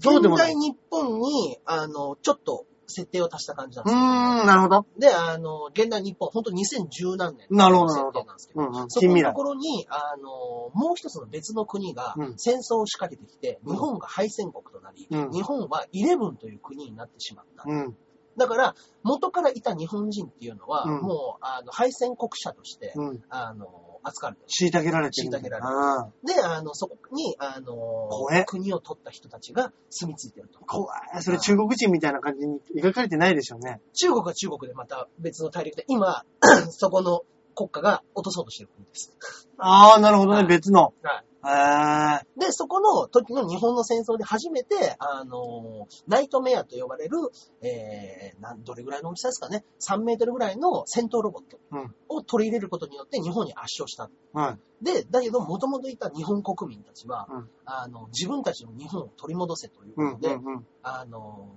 S1: そうで
S2: 現
S1: もな
S2: 代
S1: い
S2: 日本に、あの、ちょっと設定を足した感じなん
S1: う
S2: で
S1: ー
S2: すよ。
S1: ん、なるほど。
S2: で、あの、現代日本、本当2010何年
S1: なるほど、なる
S2: 設
S1: ほ
S2: 定
S1: ど。
S2: なんですけど、
S1: うんうん、
S2: そ
S1: 近
S2: この
S1: 未
S2: と
S1: 来。
S2: ころに、あの、もう一つの別の国が
S1: うん
S2: 戦争を仕掛けてきて、
S1: うん
S2: 日本が敗戦国となり、
S1: うん
S2: 日本はイレブンという国になってしまった。
S1: うん、
S2: だから、元からいた日本人っていうのは、
S1: うん
S2: もう、あの、敗戦国者として、
S1: うん。
S2: あの、扱われてる。
S1: 虐げられてるんだ。
S2: 虐げられてる
S1: ああ
S2: で、あの、そこに、あの
S1: 怖え、
S2: 国を取った人たちが住み着いてると。
S1: 怖い。それ中国人みたいな感じに描かれてないでしょうね。
S2: 中国は中国でまた別の大陸で、今、 そこの国家が落とそうとしてる国です。
S1: ああ、なるほど
S2: は
S1: ね、
S2: い
S1: 別の。
S2: はい。
S1: へえ。
S2: で、そこの時の日本の戦争で初めて、あの、ナイトメアと呼ばれる、えー、なんどれぐらいの大きさですかね、3メートルぐらいの戦闘ロボット
S1: うん
S2: を取り入れることによって日本に圧勝した。
S1: はい。
S2: で、だけど、もともといた日本国民たちは、
S1: うん
S2: あの、自分たちの日本を取り戻せというこ
S1: うん、う
S2: と
S1: ん、
S2: で、
S1: うん。
S2: あの、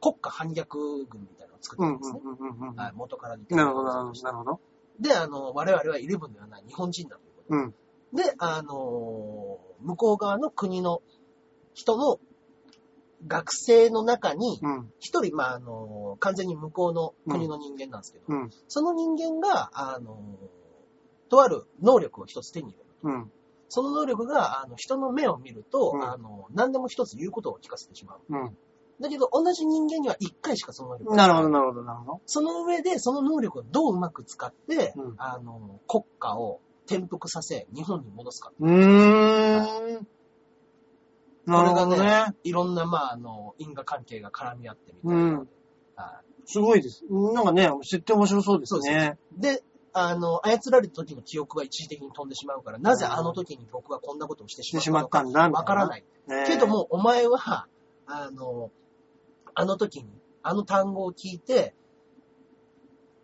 S2: 国家反逆軍みたいなのを作っ
S1: うん、うん
S2: てるんですね。
S1: うん、うんうん。
S2: はい、元から似て
S1: なるほど、なるほど、なるほど。
S2: で、あの、我々はイレブンではない日本人だというこ
S1: う
S2: と。
S1: ん。
S2: で、あのー向こう側の国の人の学生の中に、
S1: うん、
S2: 一人、まあ、あのー完全に向こうの国の人間なんですけど、
S1: うん、
S2: その人間が、あのーとある能力を一つ手に入れる。
S1: うん、
S2: その能力が、あの、人の目を見ると、
S1: うん
S2: あの、何でも一つ言うことを聞かせてしまう。
S1: うん。
S2: だけど、同じ人間には一回しかその能力が
S1: なるほど、なるほど、なるほど。
S2: その上で、その能力をどううまく使って、
S1: うん
S2: あの、国家を転覆させ、日本に戻すか。
S1: うーん。なるほど
S2: これ
S1: ね。
S2: いろんな、まあ、あの、因果関係が絡み合ってみたいなので。は
S1: すごいです。なんかね、設定面白そうです
S2: そう
S1: ね。
S2: いで、あの、操られた時の記憶が一時的に飛んでしまうから、なぜあの時に僕はこんなことをして
S1: し
S2: して
S1: し
S2: ま
S1: まっ
S2: っ
S1: たたんだ、
S2: の
S1: み
S2: か
S1: た
S2: わ
S1: いな。
S2: からない。
S1: ね。
S2: けども、お前は、あの、あの時に、あの単語を聞いて、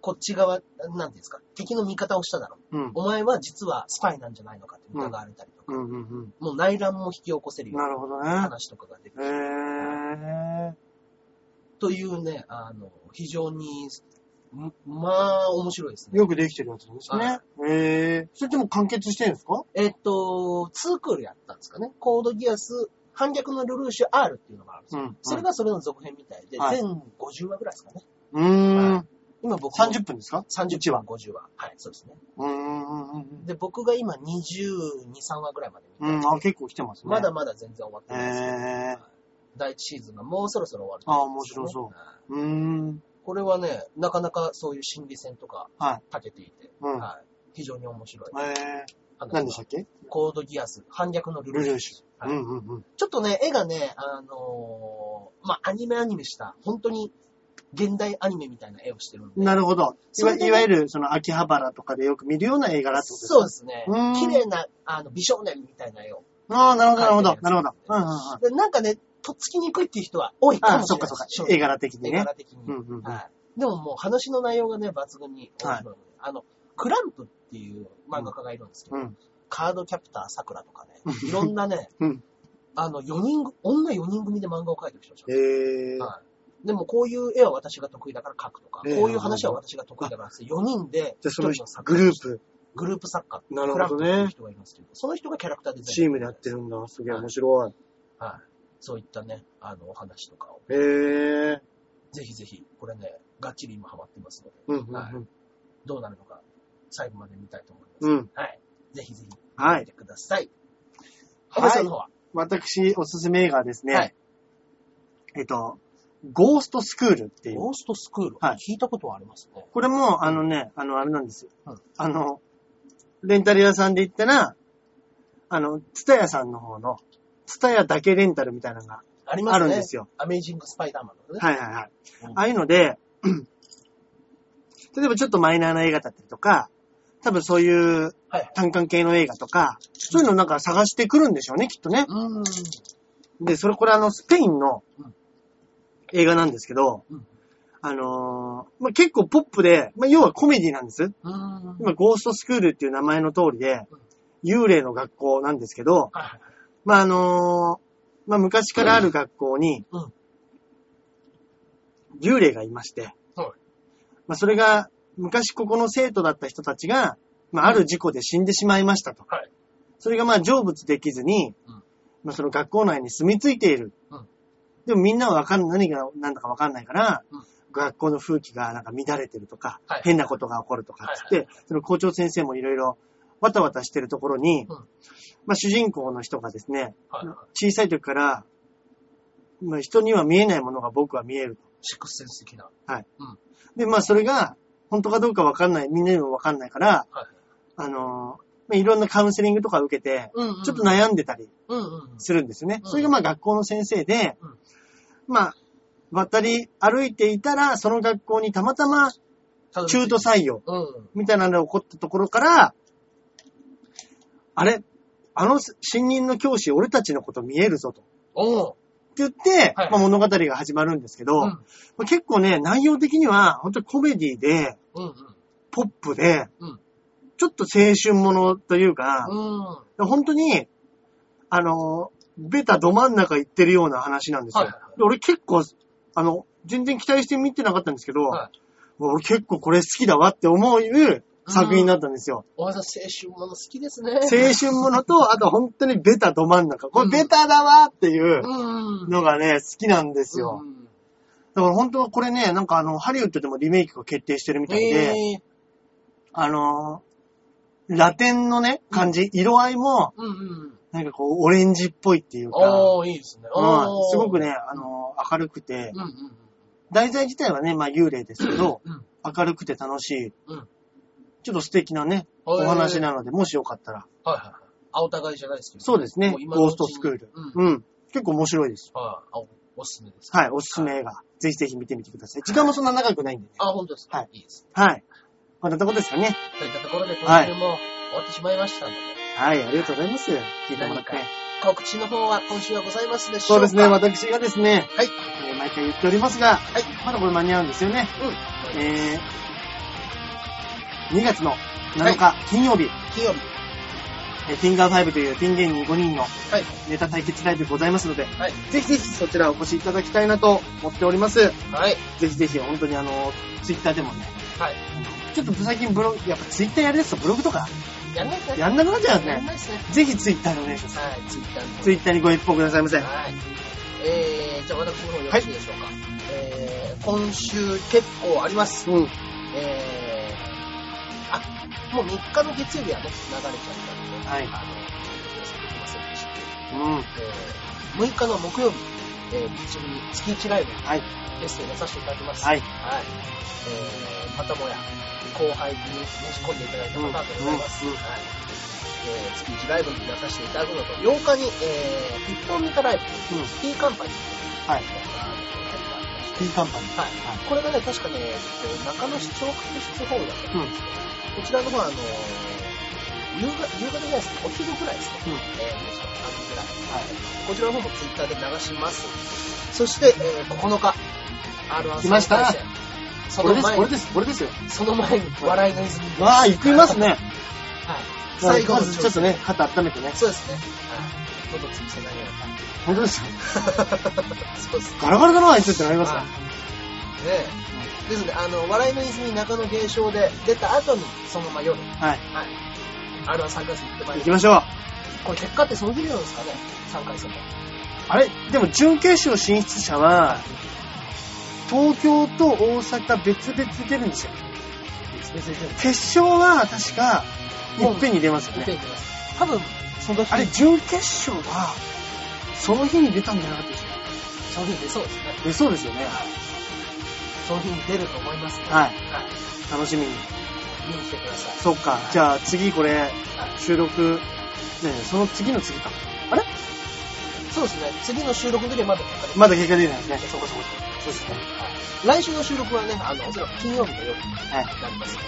S2: こっち側、なんていうんですか、敵の味方をしただろう。
S1: うん、
S2: お前は実はスパイなんじゃないのかって疑われたりとか、
S1: うん、うん、
S2: もう内乱も引き起こせ
S1: う
S2: る
S1: ん。
S2: よう
S1: な
S2: な
S1: るほどね。
S2: 話とかが出て
S1: へえ。
S2: というね、あの、非常に、んまあ、面白いですね。
S1: よくできてるやつなんですね。へえ。それでも完結してるんですか
S2: えっと、2クールやったんですかね。コードギアス、反逆のルルーシュ R っていうのがあるんですよ。
S1: ん
S2: それがそれの続編みたいで、
S1: はい
S2: 全50話ぐらいですかね。
S1: うー
S2: は
S1: ん。
S2: 今僕も
S1: 30分ですか
S2: 30話、50話。はい、そうですね。
S1: うーん。うん
S2: で、僕が今22、3話ぐらいまで見て
S1: うん、あ、結構来てますね。
S2: まだ。まだ全然終わって
S1: へ
S2: ないですけど、
S1: え。
S2: 第1シーズンがもうそろそろ終わると
S1: あ、
S2: 思うん
S1: 面
S2: ですよ
S1: 白
S2: ね
S1: そう。
S2: はいう
S1: うーん。
S2: これはね、なかなかそういう心理戦とか、
S1: は
S2: たけていて、
S1: うん。
S2: はい非常に面白い
S1: へえ。
S2: 話。
S1: 何でしたっけ
S2: コードギアス、反逆のルル
S1: ル
S2: ーシ
S1: ル
S2: ュ。
S1: ーシュ。
S2: は
S1: う
S2: い
S1: ん、うん、うん。
S2: ちょっとね、絵がね、あのーまあ、アニメアニメした、本当に現代アニメみたいな絵をしてるんで。
S1: なるほど。い
S2: そ
S1: わ
S2: れでね
S1: いわゆる、その、秋葉原とかでよく見るような映画だってことですか
S2: そうですね。
S1: うん
S2: 綺麗な、あの、美少年みたいな絵を。
S1: ああ、なるほど、なるほど、なるほど。うん
S2: は
S1: うんうん。
S2: いでなんかね、とっつきにくいっていう人は多いか
S1: あ
S2: も
S1: あ、
S2: し
S1: そっ
S2: れな
S1: かそ
S2: い。
S1: っか
S2: 正。直
S1: 絵柄的に
S2: 絵
S1: ね。
S2: 柄的に。
S1: うんうんうん
S2: はい。でももう話の内容がね、抜群に面白いので、あの、クランプっていう漫画家がいるんですけど、
S1: うん
S2: カードキャプターさくらとかね、いろんなね、
S1: うん
S2: あの、4人、女4人組で漫画を描いてる人たちなんですよ
S1: へえ。
S2: はい。でもこういう絵は私が得意だから描くとか、
S1: ええ
S2: こういう話は私が得意だからって、4人で
S1: じゃあ
S2: 一
S1: その
S2: 人の作
S1: グ
S2: 家
S1: ループ、
S2: グループ作家、
S1: なる
S2: ク
S1: ほ
S2: ラフト
S1: ど
S2: っ
S1: ね
S2: ていう人がいますけど、その人がキャラクターデザイン。
S1: チームでやってるんだ。すげえ面白い。
S2: はい。そういったね、あの、お話とかを、
S1: へえ。
S2: ぜひぜひ、これね、がっちり今ハマってますので、
S1: うんうん
S2: はい
S1: うん。
S2: どうなるのか、最後まで見たいと思います。
S1: うん。
S2: はい。ぜひぜひ、
S1: は
S2: 見
S1: い。
S2: てください。
S1: はい
S2: はい。の方は、
S1: 私、おすすめ映画はですね。
S2: はい
S1: えっと、ゴーストスクールっていう。
S2: ゴーストスクール、
S1: はい
S2: 聞いたことはありますね。
S1: これも、あのね、あの、あれなんですよ。
S2: うん
S1: あの、レンタル屋さんで行ったら、あの、ツタヤさんの方の、ツタヤだけレンタルみたいなのが
S2: ありますね。
S1: あるんですよ。
S2: アメイジングスパイダーマンのね。
S1: はいはいはい。
S2: うん
S1: ああいうので、 例えばちょっとマイナーな映画だったりとか、多分そういう
S2: はいはい。
S1: 単館系の映画とか、そういうのなんか探してくるんでしょうね、きっとね。
S2: うーん。
S1: で、それこれあの、スペインの
S2: うん
S1: 映画なんですけど、
S2: うん
S1: あのーまあ、結構ポップで、まあ、要はコメディなんです。
S2: うーん。
S1: 今、ゴーストスクールっていう名前の通りで
S2: うん、
S1: 幽霊の学校なんですけど、
S2: はいはい。
S1: まあ、あのーまあ、昔からある学校に
S2: うん、
S1: 幽霊がいまして、
S2: はい
S1: まあ、それが、昔ここの生徒だった人たちが、まあ、ある事故で死んでしまいましたと。
S2: はい
S1: それがまあ、成仏できずに
S2: うん、
S1: まあ、その学校内に住み着いている
S2: うん。
S1: でもみんなはわかん、何が何だかわかんないから、
S2: うん
S1: 学校の風紀がなんか乱れてるとか、
S2: はい
S1: 変なことが起こるとかっつって、その校長先生もいろいろわたわたしてるところに、
S2: うん
S1: まあ主人公の人がですね、
S2: はいはい。
S1: 小さい時から、まあ、人には見えないものが僕は見える。
S2: シックスセンス的な。
S1: で、まあそれが本当かどうかわかんない、みんなにもわかんないから、
S2: はい
S1: あのー、まあいろんなカウンセリングとか受けて、
S2: うん、うん。
S1: ちょっと、悩んでたり
S2: うんうん。
S1: するんですよね。
S2: うん
S1: それがまあ学校の先生で
S2: うん、
S1: まあ、渡り歩いていたら、その学校にたまたま中途採用
S2: うん。
S1: みたいなのが起こったところから、あれあの新任の教師、俺たちのこと見えるぞと。
S2: おう。
S1: って言って、
S2: はい
S1: まあ、物語が始まるんですけど、
S2: うん
S1: まあ結構ね、内容的には本当にコメディで、
S2: うんうん。
S1: ポップで、
S2: うん
S1: ちょっと青春ものというか、
S2: うん。は
S1: 本当に、あの、ベタど真ん中行ってるような話なんですよ。
S2: はいはいは
S1: で俺結構、あの、全然期待して見てなかったんですけど、
S2: は
S1: もう俺結構これ好きだわって思う作品だったんですよ。
S2: お前さん青春もの好きですね。
S1: 青春ものと、あと本当にベタど真ん中。こ
S2: う
S1: れ
S2: ん
S1: ベタだわっていう
S2: うん。
S1: のがね、好きなんですよ。
S2: うん
S1: だから本当はこれね、なんかあの、ハリウッドでもリメイクが決定してるみたいで、
S2: ええ。
S1: あのーラテンのね、感じ、色合いも、
S2: うんうん。
S1: なんかこう、オレンジっぽいっていうか、
S2: おー、いいですね。
S1: うん
S2: おー
S1: すごく。ね、あのー明るくて
S2: う、んうん
S1: 題材自体はね、まあ幽霊ですけど、
S2: うん。うん。
S1: 明るくて楽しい、
S2: うん
S1: ちょっと素敵なね、お話なので、もしよかったら、
S2: はいはいはい。あ、お互いじゃないですけど。
S1: そうですね
S2: も今のうちに
S1: ゴーストスクール
S2: うん。はい。
S1: うん、結構面白いです。
S2: あ、おおすすめです。
S1: はい、おすすめ映画、ぜひぜひ見てみてください。時間もそんな長くないんでね。
S2: あ、本当ですか。
S1: はい。
S2: いいです。
S1: はい。こんなとこですかね。
S2: といったところで、今週も終わってしまいましたので、
S1: はい、ありがとうございます。聞いてもらって。
S2: 何か告知の方は今週はございますでしょ
S1: そううで
S2: か
S1: すね、私がですね、
S2: はい。
S1: えー毎回言っておりますが、
S2: はい。
S1: まだこれ間に合うんですよね。
S2: うん。
S1: えー、2月の7日金曜日、
S2: 金曜日。
S1: えーフィンガー5というピン芸人5人の
S2: はい。
S1: ネタ対決ライブございますので、
S2: はい。
S1: ぜひぜひそちらお越しいただきたいなと思っております。
S2: はい。
S1: ぜひぜひ、本当にあの、ツイッターでもね、
S2: はい。
S1: ちょっと最近ブログ、やっぱツイッターやりだすとブログとか
S2: やんないですね。
S1: やんなくなっちゃう
S2: やん
S1: ね。
S2: ないですね。
S1: ぜひツイッターでお願いします。
S2: はい。ツイッター
S1: ツイッターにご一報くださいませ。
S2: はい。えー、じゃあ私の方よろしいでしょうか。えー、今週結構あります。
S1: うん。
S2: えー、あ、もう3日の月曜日はね、流れちゃったんで、
S1: はい
S2: あの、ちょっとできませんでした。
S1: うん。
S2: えー、6日の木曜日、えー、ビーチ部に月1ライブ
S1: はい。
S2: ゲストに出させていただきます。
S1: はい。
S2: はい。えー、またもや、後輩に持ち込んでいただいたパターンでございます。
S1: うんうん
S2: はい。えー、月1ライブに出させていただくのと、8日に、えー、一本ネタライブ、
S1: うん。
S2: T カンパニーという
S1: はい。
S2: ネタライブがありまして
S1: P カンパニー。
S2: はい。これがね、確かね、えっと中野市長区室ホールだったんですけど、こちらの方は、あのー、夕方、夕方じゃないですね、お昼ぐらいです
S1: うん。
S2: ね。えー、2時とか3時ぐ
S1: はい。
S2: らい。こちらの方もツイッターで流します。そして、えー、9日、R1
S1: 来ました
S2: 参加戦そ
S1: これ
S2: の
S1: です、
S2: 前
S1: これ
S2: に、
S1: です、これですよ。
S2: その前に、笑いの泉です。
S1: わあ、行きますね。
S2: はい。最後
S1: ま
S2: の
S1: ずちょっとね、肩温めてね。
S2: そうですね。はい。喉つぶせないよう
S1: 本当ですよ。
S2: な。そうです。
S1: ガラガラだな、あいつってなりますよ
S2: は。いねえ。ですね、あの、笑いの泉中野芸賞で出た後に、そのまま夜、
S1: はい。
S2: はい。R1 参加戦行って
S1: 行
S2: まいり
S1: き
S2: ま
S1: ましょう。
S2: す。これ結果ってその時なんですかね ?3 回戦も。
S1: あれでも準決勝進出者は、東京と大阪別々出るんですよ。
S2: 別々で
S1: 決勝は確か、
S2: もう
S1: いっぺんに出ますよ
S2: 見て
S1: ね。
S2: いきます。多分、その日
S1: あれ、準決勝は、その日に出たんじゃなかったでしょ
S2: その日に出そうですね。
S1: 出そうですよね。
S2: その日に出ると思いますね。
S1: はい
S2: はい。
S1: 楽しみに。
S2: 見に来てください。
S1: そっか。じゃあ次これ、
S2: はい
S1: 収録、ねその次の次か。あれ
S2: そうですね。次の収録の時はまだかかり
S1: まだ結果出てないですね。
S2: そうかそうか
S1: そうですね。
S2: はい来週の収録はね、あの、おそらく金曜日の夜に
S1: はい。
S2: なりますので。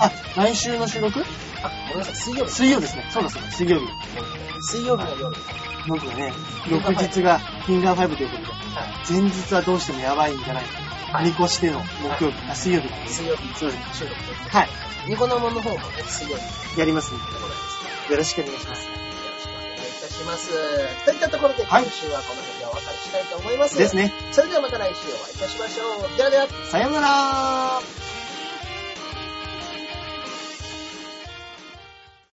S1: あ、来週の収録
S2: あ、ごめんなさい、水曜日。
S1: 水曜ですね。そうだそうだ、水曜日。
S2: 水曜日の夜。はい。
S1: 僕はね、
S2: フィン
S1: 翌
S2: ガーファイブ
S1: 日がフィンガー5ということで、前日はどうしてもやばいんじゃないか。
S2: はい
S1: 見越しての木曜日、あ水曜日なんです。
S2: 水曜日の
S1: そうです。
S2: 収録です。
S1: はい。
S2: ニコ生の方もね、水曜日で
S1: やりますんで、
S2: ございます。
S1: よろしくお願いし
S2: よ
S1: ま
S2: ろ
S1: す。
S2: しくお願いいたします。といったところで、
S1: は
S2: 今
S1: い
S2: 週はこの辺でお別れしたいと思います。
S1: ですね。
S2: それではまた来週お会いいたしましょう。ではでは。
S1: さようなら